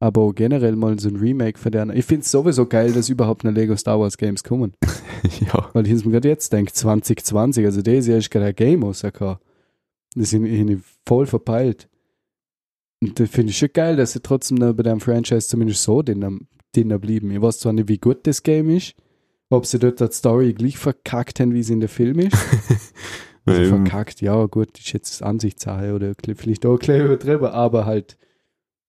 Speaker 1: Aber auch generell mal so ein Remake für den. Ich finde es sowieso geil, dass überhaupt eine Lego Star Wars Games kommen.
Speaker 2: ja.
Speaker 1: Weil ich jetzt mir gerade jetzt denke, 2020, also dieses Jahr ist gerade ein Game rausgekommen. Das sind ich voll verpeilt. Und das finde ich schon geil, dass sie trotzdem noch bei dem Franchise zumindest so drin drin blieben. Ich weiß zwar nicht, wie gut das Game ist, ob sie dort die Story gleich verkackt haben, wie sie in der Film ist. Also
Speaker 2: Ja, eben.
Speaker 1: verkackt, ja, gut, ist jetzt Ansichtssache oder kle- vielleicht auch gleich übertrieben, aber halt,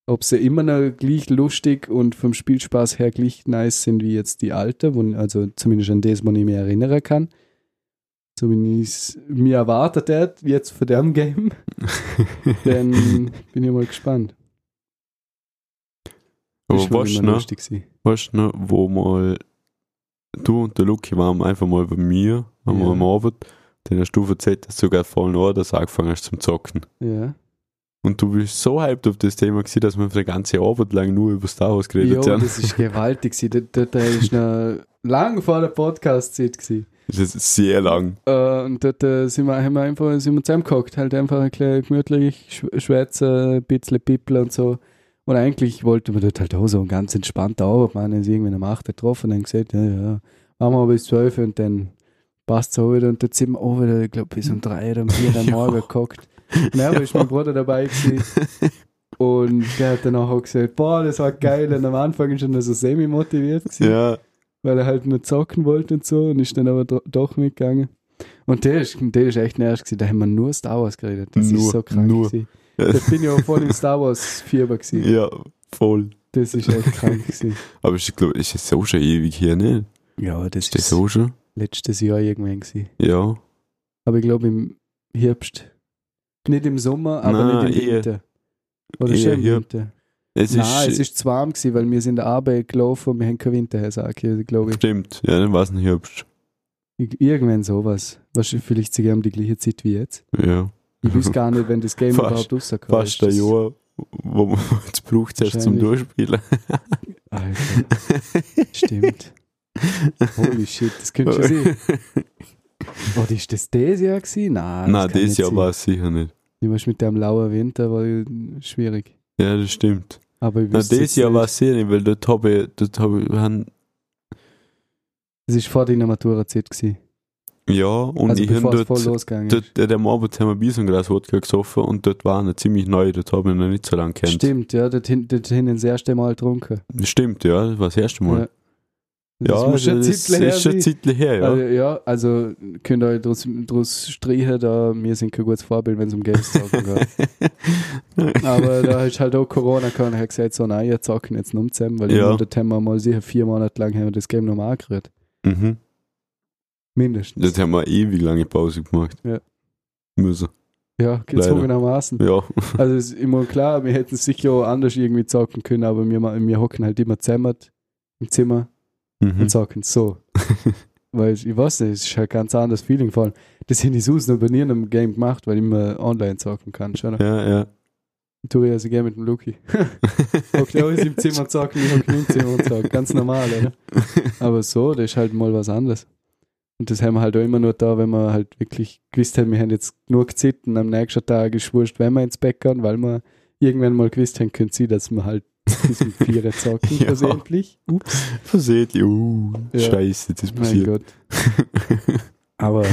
Speaker 1: ob sie immer noch gleich lustig und vom Spielspaß her gleich nice sind wie jetzt die alte, wo, also zumindest an das man ich mich erinnern kann. So wie ich es mir erwartet hätte, jetzt für dem Game, dann bin ich mal gespannt.
Speaker 2: Aber ne?
Speaker 1: Ist wohl
Speaker 2: weißt du
Speaker 1: immer
Speaker 2: noch,
Speaker 1: lustig gewesen.
Speaker 2: weißt du noch, wo mal du und der Luki waren einfach mal bei mir, waren wir
Speaker 1: Ja.
Speaker 2: am Abend, dann hast du erzählt, dass du sogar vorhin Orders angefangen hast zum Zocken.
Speaker 1: Ja.
Speaker 2: Und du bist so hyped auf das Thema gewesen, dass wir für eine ganze Abend lang nur über Star Wars
Speaker 1: Jo,
Speaker 2: geredet haben.
Speaker 1: das ist gewaltig. gewesen. Dort- Dort ist noch lang vor der Podcast-Zeit. gewesen.
Speaker 2: Das ist sehr lang.
Speaker 1: Äh, und dort äh, sind wir, haben wir einfach sind wir zusammengehockt, halt einfach ein kleines gemütlich schw- schwätzen, ein bisschen pippeln und so. Und eigentlich wollten wir dort halt auch so einen ganz entspannten Abend machen. Dann ist irgendwann am 8. getroffen und dann gesagt, ja, ja, machen wir bis 12 und dann passt es auch wieder. Und dort sind wir auch wieder, ich glaube, bis um 3 oder um 4 am
Speaker 2: Ja.
Speaker 1: Morgen gehockt. Nein, aber ist mein Bruder dabei gewesen. Und der hat dann auch gesagt, boah, das war geil. Und am Anfang ist er noch so semi-motiviert gewesen
Speaker 2: Ja,
Speaker 1: weil er halt nur zocken wollte und so und ist dann aber dro- doch mitgegangen. Und der ist, der ist echt nervig gewesen, da haben wir nur Star Wars geredet. Das ist
Speaker 2: Nur,
Speaker 1: so krank
Speaker 2: nur.
Speaker 1: gewesen. Da bin ich auch voll im Star Wars Fieber gewesen.
Speaker 2: ja, voll.
Speaker 1: Das ist echt krank gewesen.
Speaker 2: Aber ich glaube, ist jetzt auch schon ewig her, ne?
Speaker 1: Ja, das
Speaker 2: Ist das auch schon?
Speaker 1: letztes Jahr irgendwann gewesen.
Speaker 2: Ja.
Speaker 1: Aber ich glaube im Herbst. Nicht im Sommer, aber
Speaker 2: Nein,
Speaker 1: nicht im
Speaker 2: eher-
Speaker 1: Winter. Oder
Speaker 2: eher
Speaker 1: schon im
Speaker 2: hier.
Speaker 1: Winter.
Speaker 2: Es
Speaker 1: Nein,
Speaker 2: ist,
Speaker 1: es ist zu warm gewesen, weil wir sind in der Arbeit gelaufen und wir haben keinen Winterhäuser angehört, glaube ich.
Speaker 2: Stimmt, ja, dann war es nicht hübsch.
Speaker 1: Ir- Irgendwann sowas. Wahrscheinlich vielleicht sogar um die gleiche Zeit wie jetzt.
Speaker 2: Ja.
Speaker 1: Ich weiß gar nicht, wenn das Game
Speaker 2: Fast-
Speaker 1: überhaupt rauskommt.
Speaker 2: Fast ein Jahr, wo man es braucht, erst zum
Speaker 1: Wahrscheinlich.
Speaker 2: Durchspielen.
Speaker 1: Alter, stimmt. Holy shit, das könnte schon sein. Oder ist das dieses Jahr gewesen? Nein,
Speaker 2: Nein,
Speaker 1: kann
Speaker 2: das
Speaker 1: nicht
Speaker 2: Jahr
Speaker 1: sein.
Speaker 2: war es sicher nicht.
Speaker 1: Ich weiß, mit dem lauen Winter war äh, schwierig.
Speaker 2: Ja, das stimmt.
Speaker 1: Aber ich
Speaker 2: Nein,
Speaker 1: wüsste
Speaker 2: das
Speaker 1: jetzt
Speaker 2: Jahr
Speaker 1: nicht.
Speaker 2: war es sicher nicht, weil dort habe ich, dort habe ich, haben,
Speaker 1: Das ist vor deiner Matura-Zeit gewesen.
Speaker 2: ja, und
Speaker 1: also
Speaker 2: ich habe
Speaker 1: bevor es voll
Speaker 2: dort,
Speaker 1: losgegangen ist.
Speaker 2: dort, dort am Abend haben wir Bisonglas-Wodka gesoffen und dort waren wir ziemlich neu, dort habe ich noch nicht so lange kennt.
Speaker 1: Stimmt, ja, dort hin, dort hin das erste Mal getrunken.
Speaker 2: Stimmt, ja, das war das erste Mal.
Speaker 1: Ja.
Speaker 2: Ja,
Speaker 1: muss schon ein
Speaker 2: das
Speaker 1: Zeitchen her
Speaker 2: ist schon ein
Speaker 1: sein.
Speaker 2: Zeitchen her, ja.
Speaker 1: Also, ja, also könnt ihr euch draus, draus streichen, da wir sind kein gutes Vorbild, wenn es um Games zocken geht. Aber da ist halt auch Corona gekommen, ich gesagt, so nein, ihr zocken jetzt nur zusammen, weil
Speaker 2: Ja.
Speaker 1: im Monat haben wir mal sicher vier Monate lang haben wir das Game nochmal angerührt.
Speaker 2: mhm.
Speaker 1: Mindestens.
Speaker 2: Jetzt haben wir ewig lange Pause gemacht.
Speaker 1: Ja.
Speaker 2: Müssen.
Speaker 1: Ja, gezwungenermaßen.
Speaker 2: Ja.
Speaker 1: Also ist immer klar, wir hätten sicher auch anders irgendwie zocken können, aber wir, ma- wir hocken halt immer zusammen im Zimmer
Speaker 2: Mhm.
Speaker 1: und zocken so. weil ich weiß nicht, es ist halt ganz anderes Feeling vor allem. Das hätte ich sonst noch bei nie in einem Game gemacht, weil ich immer online zocken kann. Schon.
Speaker 2: Ja, ja.
Speaker 1: Tue ich also gerne mit dem Luki. Hockt er alles im Zimmer und zockt, ich hock nur im Zimmer und zock. Ganz normal, oder? Aber so, das ist halt mal was anderes. Und das haben wir halt auch immer nur da, wenn wir halt wirklich gewusst haben, wir haben jetzt nur gezitten und am nächsten Tag ist wurscht, wenn wir ins Bett gehen, weil wir irgendwann mal gewusst haben, können sie, dass wir halt bis um vier zocken,
Speaker 2: Ja.
Speaker 1: versehentlich. Ups.
Speaker 2: Versehentlich. Uh,
Speaker 1: Ja.
Speaker 2: Scheiße, das
Speaker 1: Mein
Speaker 2: passiert.
Speaker 1: Gott. Aber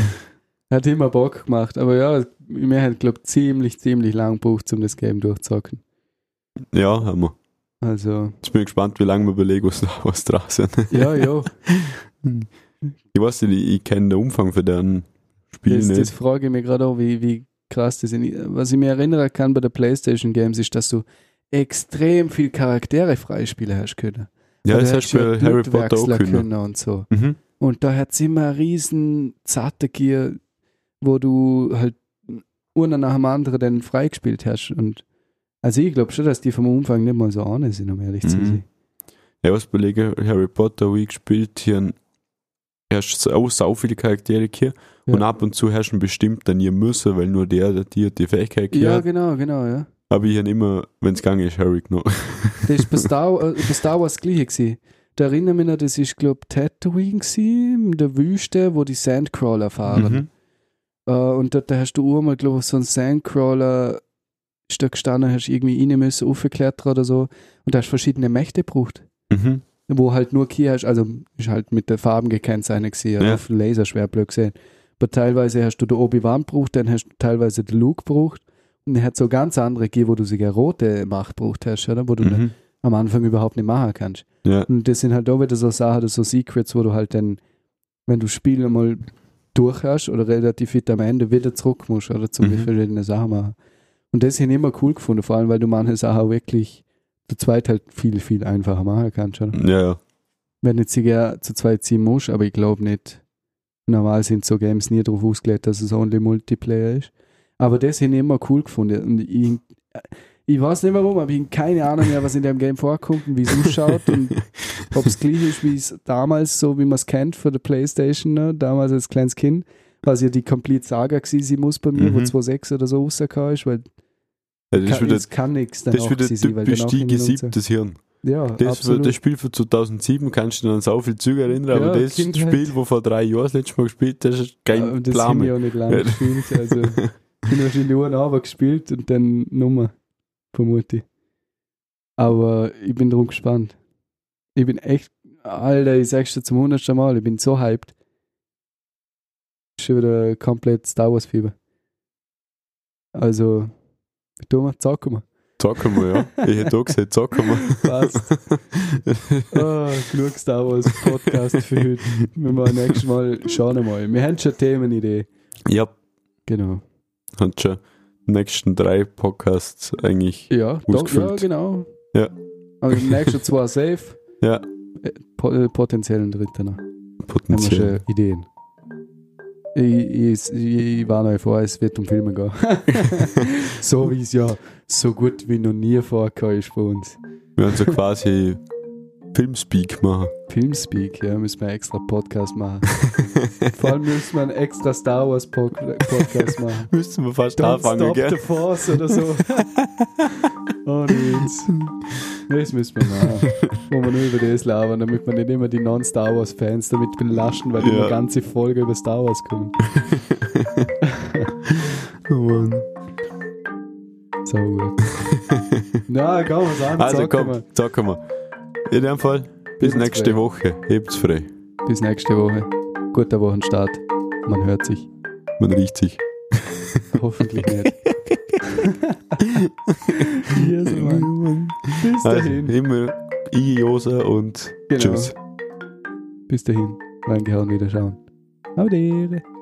Speaker 1: hat immer Bock gemacht. Aber ja, wir haben, glaube ich, ziemlich, ziemlich lang gebraucht, um das Game durchzocken.
Speaker 2: ja, haben wir.
Speaker 1: Also,
Speaker 2: Jetzt bin ich gespannt, wie lange wir bei Lego Star Wars dran sind.
Speaker 1: ja, ja.
Speaker 2: Ich weiß nicht, ich, ich kenne den Umfang für den Spiel
Speaker 1: Das, das
Speaker 2: nicht.
Speaker 1: frage ich mir gerade auch, wie, wie krass das ist. Was ich mir erinnern kann bei der PlayStation Games ist, dass du extrem viel Charaktere freispielen hast können.
Speaker 2: ja,
Speaker 1: Weil
Speaker 2: das
Speaker 1: du hättest
Speaker 2: hast du bei Harry Potter auch
Speaker 1: Blutwechsler
Speaker 2: können.
Speaker 1: und so.
Speaker 2: Mhm.
Speaker 1: Und da hat es immer riesen zarte Gier, wo du halt einer nach dem anderen dann freigespielt hast. Und also ich glaube schon, dass die vom Umfang nicht mal so ohne sind, um ehrlich zu
Speaker 2: Mhm.
Speaker 1: sein.
Speaker 2: Ja, was bei Lego Harry Potter, wie ich gespielt habe, hast du auch sau viele Charaktere hier.
Speaker 1: Ja.
Speaker 2: Und ab und zu hast du einen bestimmten hier müssen, weil nur der, der dir die Fähigkeit
Speaker 1: Ja,
Speaker 2: gehört.
Speaker 1: genau, genau, ja.
Speaker 2: Aber ich habe immer, wenn es gegangen ist, Harry genommen.
Speaker 1: Das ist bei Star, äh, bei Star Wars gleich gewesen. Da erinnere ich mich noch, das ist, glaube ich, Tatooine gewesen, in der Wüste, wo die Sandcrawler fahren.
Speaker 2: Mhm.
Speaker 1: Äh, und dort da hast du auch mal, glaube ich, so einen Sandcrawler ist da gestanden, hast irgendwie rein müssen, aufgeklettert oder so. Und da hast du verschiedene Mächte gebraucht.
Speaker 2: Mhm.
Speaker 1: Wo halt nur Kia hast, also ist halt mit der Farben gekennzeichnet gewesen,
Speaker 2: Ja.
Speaker 1: ja. auf dem Laserschwerblöck gesehen. Aber teilweise hast du den Obi-Wan gebraucht, dann hast du teilweise den Luke gebraucht. Und er hat so ganz andere gegeben, wo du sogar rote Macht gebraucht hast, oder? Wo du dann
Speaker 2: Mhm.
Speaker 1: am Anfang überhaupt nicht machen kannst.
Speaker 2: Ja.
Speaker 1: Und das sind halt auch wieder so Sachen, das so Secrets, wo du halt dann, wenn du Spiel einmal durch hast oder relativ fit am Ende wieder zurück musst oder zum
Speaker 2: Mhm.
Speaker 1: verschiedene Sachen machen. Und das habe ich immer cool gefunden, vor allem weil du manche Sachen wirklich zu zweit halt viel, viel einfacher machen kannst. Oder?
Speaker 2: Ja, ja.
Speaker 1: Wenn jetzt sogar zu zweit ziehen musst, aber ich glaube nicht. Normal sind so Games nie darauf ausgelegt, dass es only Multiplayer ist. Aber das habe ich immer cool gefunden. Und ich, äh, ich weiß nicht warum, aber ich habe keine Ahnung mehr, was in dem Game vorkommt und wie es ausschaut und ob es gleich ist, wie es damals, so wie man es kennt von der Playstation, ne? damals als kleines Kind, was ja die Complete Saga gewesen sein muss bei mir, wo
Speaker 2: Mhm.
Speaker 1: 2.6 oder so rausgekommen ist, weil
Speaker 2: Ja, Das ist
Speaker 1: kann,
Speaker 2: wieder,
Speaker 1: es kann nichts dann
Speaker 2: das ist
Speaker 1: auch
Speaker 2: wieder
Speaker 1: gewesen sein, weil
Speaker 2: typisch
Speaker 1: danach
Speaker 2: die
Speaker 1: niemand so-
Speaker 2: gesiebtes Hirn.
Speaker 1: Ja,
Speaker 2: Das, war
Speaker 1: absolut.
Speaker 2: das Spiel von 2007 kannst du dich an so viel Züge erinnern, aber
Speaker 1: Ja,
Speaker 2: das
Speaker 1: Kindheit.
Speaker 2: Spiel, wo vor drei Jahren das letzte Mal gespielt hast, ist
Speaker 1: Ja,
Speaker 2: kein
Speaker 1: und Äh, das habe ich
Speaker 2: Plan.
Speaker 1: auch nicht lange
Speaker 2: Ja.
Speaker 1: gespielt. Also ich bin wahrscheinlich Uhren aber gespielt und dann Nummer, vermute ich. Aber ich bin drum gespannt. Ich bin echt, Alter, ich sag's dir zum hundertsten Mal, ich bin so hyped. Schon wieder komplett Star Wars Fieber. Also, tun wir, zocken wir.
Speaker 2: Zocken wir, ja. Ich hätte auch gesagt, zocken wir.
Speaker 1: Passt. Ah, genug Star Wars Podcast für heute. Wir machen nächstes Mal, schauen wir mal. Wir haben schon Themenidee.
Speaker 2: ja,
Speaker 1: Genau.
Speaker 2: hat schon die nächsten drei Podcasts eigentlich.
Speaker 1: Ja, doch, ja,
Speaker 2: Ausgefüllt.
Speaker 1: genau.
Speaker 2: Ja.
Speaker 1: Also im nächsten zwei safe,
Speaker 2: Ja,
Speaker 1: po äh, potenziellen dritten noch. Haben wir
Speaker 2: potenziell.
Speaker 1: schon Ideen. Ich, ich, ich war noch vor, es wird um Filme gehen. so wie es ja so gut wie noch nie vorgekommen ist bei uns.
Speaker 2: Wir haben so quasi Filmspeak machen.
Speaker 1: Filmspeak, ja, müssen wir einen extra Podcast machen. Vor allem müssen wir einen extra Star Wars Pod Podcast machen.
Speaker 2: Müssten wir fast
Speaker 1: Don't
Speaker 2: anfangen,
Speaker 1: stop
Speaker 2: gell?
Speaker 1: the force oder so. Ohne Witz. Oh, Das müssen wir machen. Wo wir nur über das labern, damit wir nicht immer die Non-Star Wars-Fans damit belaschen, weil die
Speaker 2: Ja.
Speaker 1: eine ganze Folge über Star Wars kommen.
Speaker 2: Oh Mann.
Speaker 1: So gut. Na, komm, was an.
Speaker 2: Also
Speaker 1: zocken
Speaker 2: komm,
Speaker 1: wir.
Speaker 2: zocken wir. In dem Fall, bis
Speaker 1: Hebt's
Speaker 2: nächste
Speaker 1: frei.
Speaker 2: Woche. Hebt's frei.
Speaker 1: Bis nächste Woche. Guter Wochenstart. Man hört sich.
Speaker 2: Man riecht sich.
Speaker 1: Hoffentlich nicht. yes, Mann. Bis
Speaker 2: Also,
Speaker 1: dahin.
Speaker 2: immer I, Josa und
Speaker 1: Genau.
Speaker 2: Tschüss.
Speaker 1: Bis dahin, reingehauen, wieder schauen. Auf die Ehre.